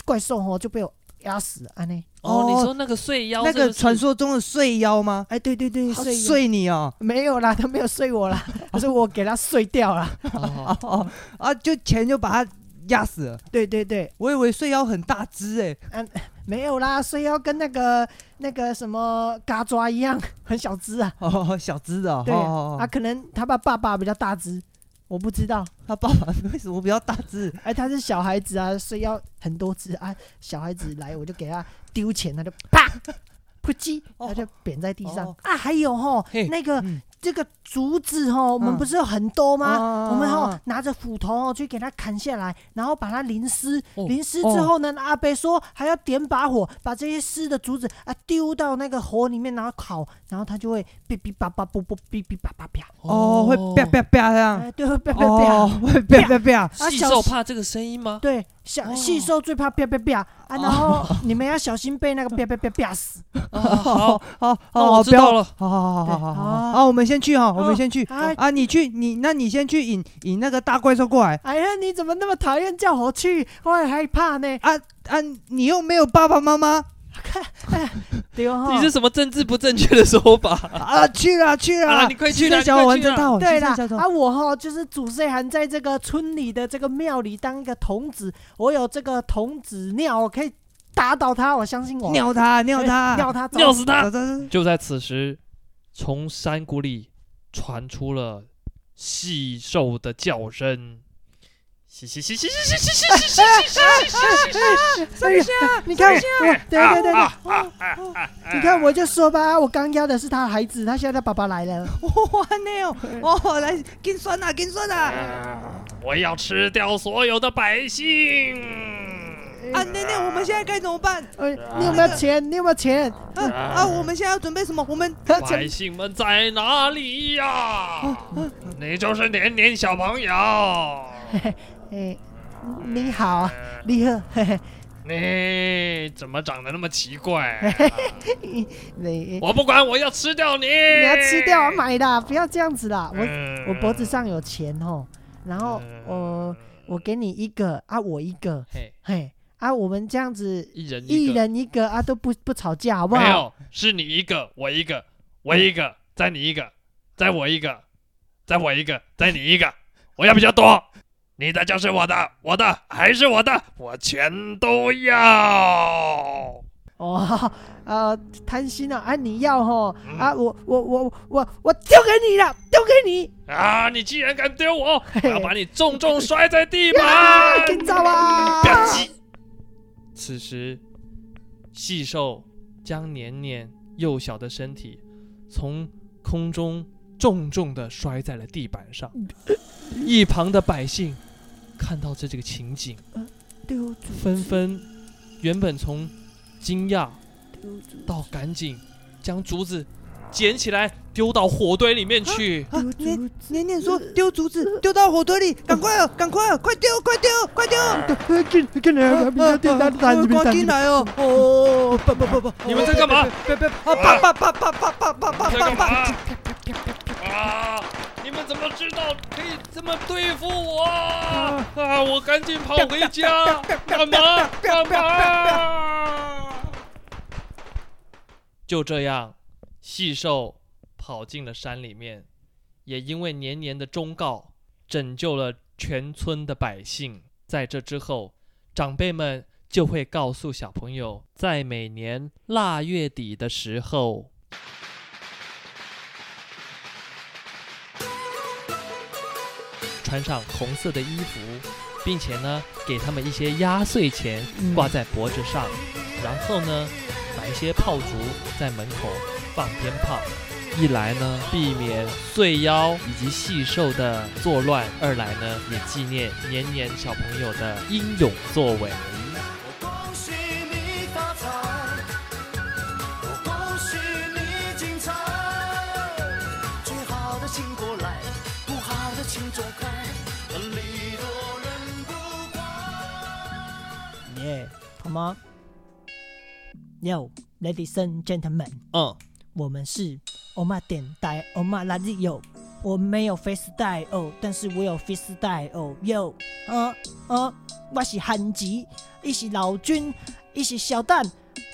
Speaker 1: 怪兽哦就被我压死了，安内。
Speaker 3: 哦，
Speaker 2: 哦
Speaker 3: 你说那个穗妖
Speaker 2: 那
Speaker 3: 是不是，
Speaker 2: 个传说中的睡妖吗？
Speaker 1: 哎，对对对，
Speaker 2: 他
Speaker 1: 睡
Speaker 2: 睡你哦，
Speaker 1: 没有啦，他没有睡我 啦，他说我给他睡掉了。
Speaker 3: 哦，
Speaker 2: 哦哦啊，就钱就把他压死了。
Speaker 1: 对对对，
Speaker 2: 我以为睡妖很大只哎，
Speaker 1: 没有啦，睡要跟那个那个什么嘎抓一样，很小只啊。
Speaker 2: 哦，小只的哦。
Speaker 1: 对
Speaker 2: 哦
Speaker 1: 啊，
Speaker 2: 哦
Speaker 1: 可能他爸爸爸比较大只，我不知道。
Speaker 2: 他爸爸为什么比较大只？
Speaker 1: 哎，他是小孩子啊，所以要很多只啊。小孩子来，我就给他丢钱，他就 啪，扑叽，
Speaker 2: 哦
Speaker 1: 他就扁在地上、
Speaker 2: 哦
Speaker 1: 啊。还有吼
Speaker 3: 嘿，
Speaker 1: 那个、
Speaker 2: 嗯
Speaker 1: 这个竹子吼，我们
Speaker 2: 嗯啊
Speaker 1: 不是有很多吗？我
Speaker 2: 我
Speaker 1: 们吼拿着斧头哦去给它砍下来，然后把它淋湿，
Speaker 3: 哦
Speaker 1: 淋湿之后呢，阿伯说还要点把火，把这些湿的竹子啊丢到那个火里面，然后烤，然后它就会哔哔叭叭啵啵哔哔叭叭啪，
Speaker 2: 哦，会啪啪啪这样，
Speaker 1: 哎，对，会啪啪啪。
Speaker 2: 啊哦，会啪啪啪，
Speaker 1: 啊
Speaker 3: 细
Speaker 1: 小
Speaker 3: 兽
Speaker 1: 时
Speaker 3: 怕这个声音 吗？
Speaker 1: 对，小
Speaker 3: 哦
Speaker 1: 细兽最怕啪啪啪啊，然后你们要小心被那个啪啪啪啪 死。
Speaker 3: 啊好，
Speaker 2: 好
Speaker 3: 那我
Speaker 2: 好，
Speaker 3: 知
Speaker 2: 哦不要
Speaker 3: 道，了。
Speaker 2: 好好好好好
Speaker 1: 对
Speaker 2: 好
Speaker 1: 啊
Speaker 2: 好，我们先去哈，我们先去
Speaker 1: 哎
Speaker 2: 啊，你去你那你先去引引那个大怪兽过来
Speaker 1: 哎呀，你怎么那么讨厌叫我去？我很害怕呢。
Speaker 2: 啊啊，你又没有爸爸妈妈
Speaker 1: 对 哦，
Speaker 3: 你是什么政治不正确的说法？
Speaker 2: 啊，去啦去
Speaker 3: 啊，
Speaker 2: 啦
Speaker 3: 你，快
Speaker 2: 去
Speaker 3: 去啦！
Speaker 2: 小丸
Speaker 3: 真
Speaker 2: 真大王，
Speaker 1: 对啦
Speaker 2: 小丸，
Speaker 1: 啊，我哈就是祖岁还在这个村里的这个庙里当一个童子，我有这个童子尿，我可以打倒他，我相信我。哎
Speaker 2: 尿他尿他
Speaker 1: 尿他，
Speaker 3: 尿死他！
Speaker 2: 走走走
Speaker 3: 就在此时，从山谷里传出了细兽的叫声，嘻嘻嘻嘻嘻嘻嘻嘻嘻嘻嘻
Speaker 1: 哎呀，你看我，对对
Speaker 3: 啊
Speaker 1: 对对，哦哦你看我就说吧，我刚压的是他的孩子，他现在他爸爸来了。
Speaker 2: 哇尿哦，来跟酸
Speaker 6: 啊
Speaker 2: 啦跟酸啦
Speaker 3: 我要吃掉所有的百姓！
Speaker 2: 啊，尿尿，我们现在该怎么办
Speaker 1: 哎，你有没有钱？你有没有钱？
Speaker 2: 啊啊？我们现在要准备什么？我们
Speaker 1: 他
Speaker 3: 百姓们在哪里呀？你就是年年小朋友，
Speaker 1: 哎，你好，啊，你好， 嘿嘿
Speaker 3: 你怎么长得那么奇怪？
Speaker 1: 你
Speaker 3: 我不管，我要吃掉你！
Speaker 1: 你
Speaker 3: 你
Speaker 1: 要吃掉我买的，啊不要这样子啦。我
Speaker 3: 嗯
Speaker 1: 我脖子上有钱哦，然后我我给你一个啊，我一个，
Speaker 3: 嘿，
Speaker 1: 嘿啊，我们这样子
Speaker 3: 一人
Speaker 1: 一
Speaker 3: 个。
Speaker 1: 人一个啊，都不不吵架好不
Speaker 3: 没
Speaker 1: 好？
Speaker 3: 有，是你一个，我一个，我一个，再你一个，再我一个，再我一个，再你一个，我要比较多。你的就是我的，我的还是我的，我全都要。
Speaker 1: 哦， 呃，贪心啊，啊你要哦，
Speaker 3: 嗯
Speaker 1: 啊我我我我我丢给你了，丢给你，
Speaker 3: 啊！你竟然敢丢我，我
Speaker 1: 嘿
Speaker 3: 要把你重重摔在地
Speaker 1: 啊，
Speaker 3: 板！
Speaker 1: 跟着啊，
Speaker 3: 吧唧。此时，细兽将年年幼小的身体从空中重重的摔在了地板 上。一旁的百姓看到这这个情景，
Speaker 1: 丢主
Speaker 3: 纷纷原本从惊讶
Speaker 1: 丢主，
Speaker 3: 到赶紧将竹子捡起来
Speaker 7: 丢到火堆里面去。
Speaker 6: 啊，年年年说丢竹子，丢到火堆里，赶快啊，赶快啊，快丢，快丢，快丢！啊
Speaker 2: 进进来，别别打打
Speaker 6: 快进
Speaker 2: 打！
Speaker 6: 来哦！哦，不不不不，
Speaker 7: 你们在干嘛？
Speaker 6: 别别啊！啪啪啪啪啪啪啪
Speaker 7: 在
Speaker 6: 啪
Speaker 7: 干嘛
Speaker 6: 啪！？
Speaker 7: 啊！你们怎么知道可以这么对付我？啊！我赶紧跑回家，干嘛？干嘛？就这样，细兽跑进了山里面，也因为年年的忠告，拯救了全村的百姓。在这之后，长辈们就会告诉小朋友，在每年腊月底的时候。穿上红色的衣服，并且呢，给他们一些压岁钱
Speaker 2: 嗯
Speaker 7: 挂在脖子上，然后呢，买一些炮竹在门口放鞭炮。一来呢，避免碎妖以及细兽的作乱；二来呢，也纪念年年小朋友的英勇作为。
Speaker 8: 恭喜你发财，我恭喜你精彩。最好的请过来，不好的请走开，礼多人不怪。
Speaker 1: 耶，好吗？Yo，ladies and gentlemen，
Speaker 7: 嗯，
Speaker 1: 我们是欧玛电台欧玛拉力友。我没有 face 带哦，但是我有 face 带哦哟。呃呃，我是韩吉，伊是老君，伊是小蛋，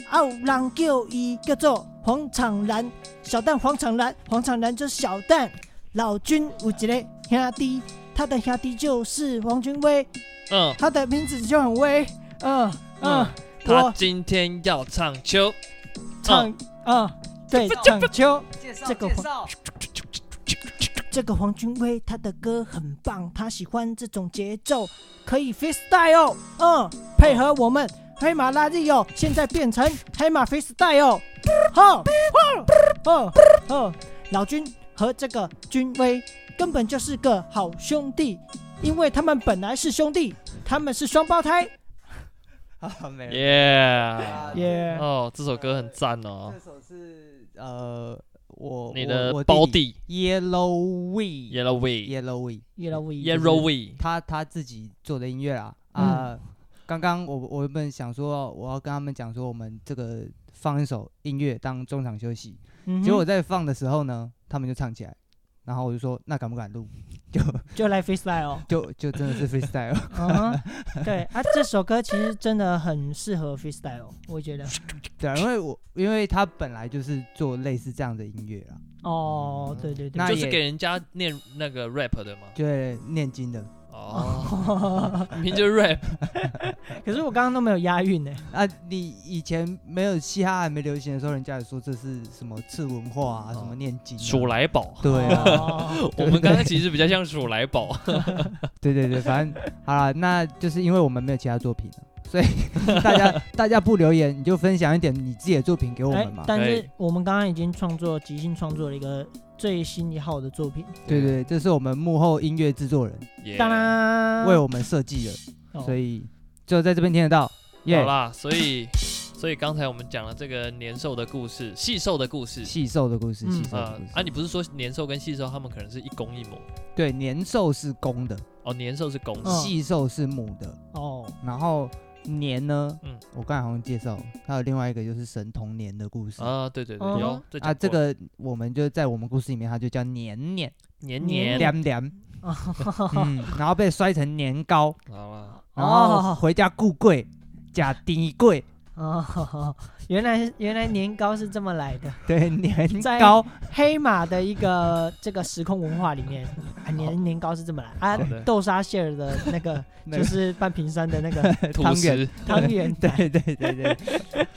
Speaker 1: 啊有人叫伊叫做黄长蓝，小蛋黄长蓝，黄长蓝就是小蛋。老君有一个兄弟，他的兄弟就是王君威，
Speaker 7: 嗯
Speaker 1: 他的名字就很威。嗯嗯
Speaker 7: 嗯，，他
Speaker 1: 我
Speaker 7: 今天要唱秋，
Speaker 1: 唱啊，对，唱秋。
Speaker 6: 介绍
Speaker 1: 这个介
Speaker 6: 绍，
Speaker 1: 这个黄君威他的歌很棒，他喜欢这种节奏，可以 freestyle，嗯，配合我们黑马拉力哦，现在变成黑马 freestyle，吼哦吼吼吼，老君和这个君威根本就是个好兄弟，因为他们本来是兄弟，他们是双胞胎，
Speaker 6: 啊，没了。
Speaker 7: 耶！
Speaker 1: 耶、
Speaker 7: 哦，这首歌很赞哦
Speaker 6: 这，首是呃，我
Speaker 7: 你的
Speaker 6: 我我
Speaker 7: 胞
Speaker 6: 弟
Speaker 7: 弟
Speaker 6: 弟 Yellowy
Speaker 7: Yellow Way。
Speaker 6: Yellowy，
Speaker 1: 耶
Speaker 7: Yellow Way，
Speaker 6: 他他自己做的音乐啦啊。刚刚我我原本想说，我要跟他们讲说，我们这个放一首音乐当中场休息。
Speaker 4: 嗯
Speaker 6: 结果我在放的时候呢，他们就唱起来，然后我就说，那敢不敢录？就
Speaker 1: 就来 freestyle，
Speaker 6: 就就真的是 freestyle。
Speaker 1: 嗯哼，对啊，这首歌其实真的很适合 freestyle，我觉得。
Speaker 6: 对啊，因为我因为他本来就是做类似这样的音乐啊啦，
Speaker 1: 哦，对对对，
Speaker 6: 那
Speaker 7: 就是
Speaker 6: 也
Speaker 7: 给人家念那个 rap 的 吗？
Speaker 6: 就是念经的
Speaker 7: 哦，明明就是 rap，
Speaker 1: 可是我刚刚都没有押韵呢。欸
Speaker 6: 啊。你以前没有嘻哈还没流行的时候，人家也说这是什么次文化啊，什么念经、啊。
Speaker 7: 鼠哦来宝。
Speaker 6: 对啊，
Speaker 1: 哦
Speaker 7: 我们刚刚其实比较像鼠来宝，
Speaker 6: 对对对，反正 好了，那就是因为我们没有其他作品了，所以 大家大家不留言，你就分享一点你自己的作品给我
Speaker 1: 哎
Speaker 6: 们，嘛。
Speaker 1: 但是
Speaker 7: 哎
Speaker 1: 我们刚刚已经创作即兴创作了一个最新一号的作品，
Speaker 7: 哎
Speaker 6: 对对对，这是我们幕后音乐制作人
Speaker 7: 耶
Speaker 1: 当当，
Speaker 6: 为我们设计的，
Speaker 1: 哦
Speaker 6: 所以就在这边听得到。耶、
Speaker 7: 好啦，所以所以刚才我们讲了这个年兽的故事，细兽的故事，
Speaker 6: 细兽的故事，
Speaker 1: 嗯
Speaker 6: 细兽的
Speaker 7: 啊
Speaker 6: 故事。
Speaker 7: 啊，你不是说年兽跟细兽他们可能是一公一母？
Speaker 6: 对，年兽是公的，
Speaker 7: 哦，年兽是公的，
Speaker 1: 嗯
Speaker 6: 细兽是母的，
Speaker 1: 哦，
Speaker 6: 然后年呢，
Speaker 7: 嗯
Speaker 6: 我刚才好像介绍，还有另外一个就是神童年的故事。
Speaker 7: 啊，对对对，
Speaker 1: 嗯
Speaker 7: 有这
Speaker 6: 啊，这个我们就在我们故事里面，它就叫年年
Speaker 7: 年
Speaker 1: 年
Speaker 7: 年
Speaker 6: 凉 凉，嗯，然后被摔成年糕，
Speaker 7: 好啦，
Speaker 6: 然后
Speaker 1: 哦
Speaker 6: 回家顾柜，假 低柜，
Speaker 1: 哦，原来原来年糕是这么来的，
Speaker 6: 对，年
Speaker 1: 在
Speaker 6: 糕，
Speaker 1: 黑马的一个这个时空文化里面，啊年年糕是这么来啊
Speaker 7: 好的，
Speaker 1: 豆沙馅儿的那个
Speaker 6: 那
Speaker 1: 就
Speaker 6: 个
Speaker 1: 是半屏山的那 个
Speaker 7: 土
Speaker 6: 汤圆
Speaker 7: 石，
Speaker 1: 汤圆，
Speaker 6: 对嗯对对对，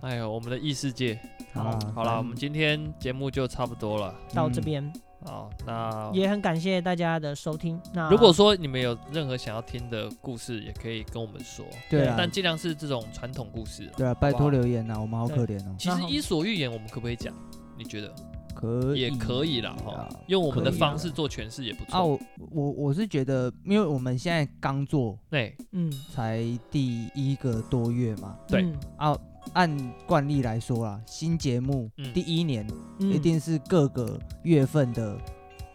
Speaker 7: 哎呦，我们的异世界。
Speaker 6: 好啊
Speaker 7: 好啦，我们今天节目就差不多了。
Speaker 1: 到这边
Speaker 7: 好，那
Speaker 1: 也很感谢大家的收听。那
Speaker 7: 如果说你们有任何想要听的故事，也可以跟我们说，
Speaker 6: 对啊，
Speaker 7: 但尽量是这种传统故事啊。
Speaker 6: 对啊，拜
Speaker 7: 好
Speaker 6: 托留言呐，我们好可怜哦，
Speaker 7: 其实
Speaker 1: 然
Speaker 7: 《
Speaker 1: 后
Speaker 7: 伊索寓言》我们可不可以讲？你觉得
Speaker 6: 可
Speaker 7: 也可以啦，哈，用我们的
Speaker 6: 可以啊
Speaker 7: 方式做诠释也不
Speaker 6: 啊，
Speaker 7: 错。
Speaker 6: 我我我是觉得，因为我们现在刚做
Speaker 7: 对，
Speaker 1: 嗯，
Speaker 6: 才第一个多月嘛，
Speaker 7: 对
Speaker 1: 嗯
Speaker 6: 啊，按惯例来说啦，新节目
Speaker 7: 嗯
Speaker 6: 第一年
Speaker 4: 嗯
Speaker 6: 一定是各个月份的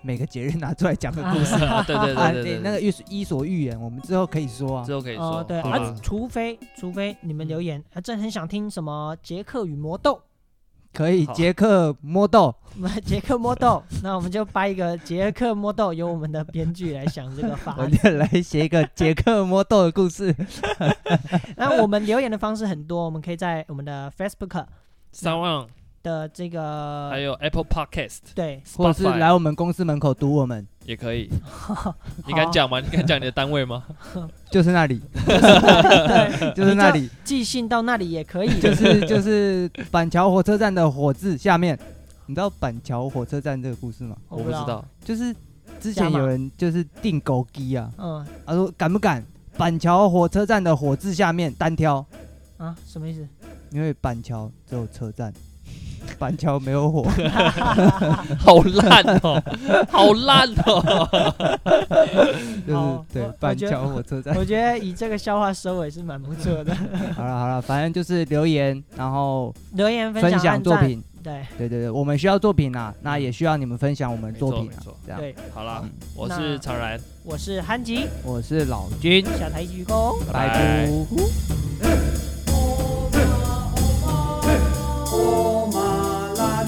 Speaker 6: 每个节日拿出来讲的故事。
Speaker 7: 啊对对
Speaker 6: 啊，
Speaker 7: 对对
Speaker 6: 对，
Speaker 7: 对，
Speaker 6: 那个《伊伊索寓言》，我们之后可以说啊
Speaker 7: 之。后可以说
Speaker 4: 哦，对
Speaker 7: 好
Speaker 4: 啊
Speaker 7: 吧，
Speaker 4: 除非除非你们留言，啊，真的很想听什么杰克与 魔豆，
Speaker 6: 可以，
Speaker 7: 好
Speaker 6: 杰克摸豆，
Speaker 4: 杰克魔豆，那我们就掰一个杰克魔豆，由我们的编剧来想这个法
Speaker 6: 我就来写一 个杰克摸豆的故事。
Speaker 4: 那我们留言的方式很多，我们可以在我们的 Facebook
Speaker 7: 三万
Speaker 4: 的这
Speaker 7: 还
Speaker 4: 个
Speaker 7: 有 Apple Podcast
Speaker 4: 对，
Speaker 6: 或者是
Speaker 7: Spotify
Speaker 6: 来我们公司门口堵我们，
Speaker 7: 也可以。你敢讲吗？你敢讲你的单位吗？
Speaker 6: 就是那里，
Speaker 4: 对，
Speaker 6: 就是那里，
Speaker 4: 寄信到那里也可以。
Speaker 6: 就是就是板桥火车站的火字下面。你知道板桥火车站这个故事吗？
Speaker 7: 我不知道，
Speaker 6: 就是之
Speaker 4: 加
Speaker 6: 前
Speaker 4: 码
Speaker 6: 有人就是订狗机啊，
Speaker 4: 嗯
Speaker 6: 他说敢不敢板桥火车站的火字下面单挑，
Speaker 4: 啊，什么意思？
Speaker 6: 因为板桥只有车站， 板桥没有火。
Speaker 7: 好烂哦，好烂哦。
Speaker 6: 就是
Speaker 4: 好
Speaker 6: 对
Speaker 4: 我
Speaker 6: 板
Speaker 4: 我觉得
Speaker 6: 桥火车站。
Speaker 4: 我觉得以这个笑话收尾是蛮不错的。
Speaker 6: 好了好了，反正就是留言，然后
Speaker 4: 留言
Speaker 6: 分
Speaker 4: 享
Speaker 6: 享
Speaker 4: 按
Speaker 6: 作
Speaker 4: 赞，
Speaker 6: 品。
Speaker 4: 对，
Speaker 6: 对对对，我们需要作品啊，那也需要你们分享我们
Speaker 7: 没
Speaker 6: 作
Speaker 7: 错
Speaker 6: 品
Speaker 7: 没
Speaker 6: 啊
Speaker 7: 错。
Speaker 6: 这样，
Speaker 4: 对
Speaker 7: 好啦
Speaker 6: 嗯，
Speaker 7: 我
Speaker 4: 那
Speaker 7: 是常然，
Speaker 4: 我是憨吉，
Speaker 6: 我是老君，
Speaker 7: 嗯
Speaker 4: 下台鞠躬。
Speaker 6: 拜
Speaker 7: 拜
Speaker 6: 拜。
Speaker 4: 呼呼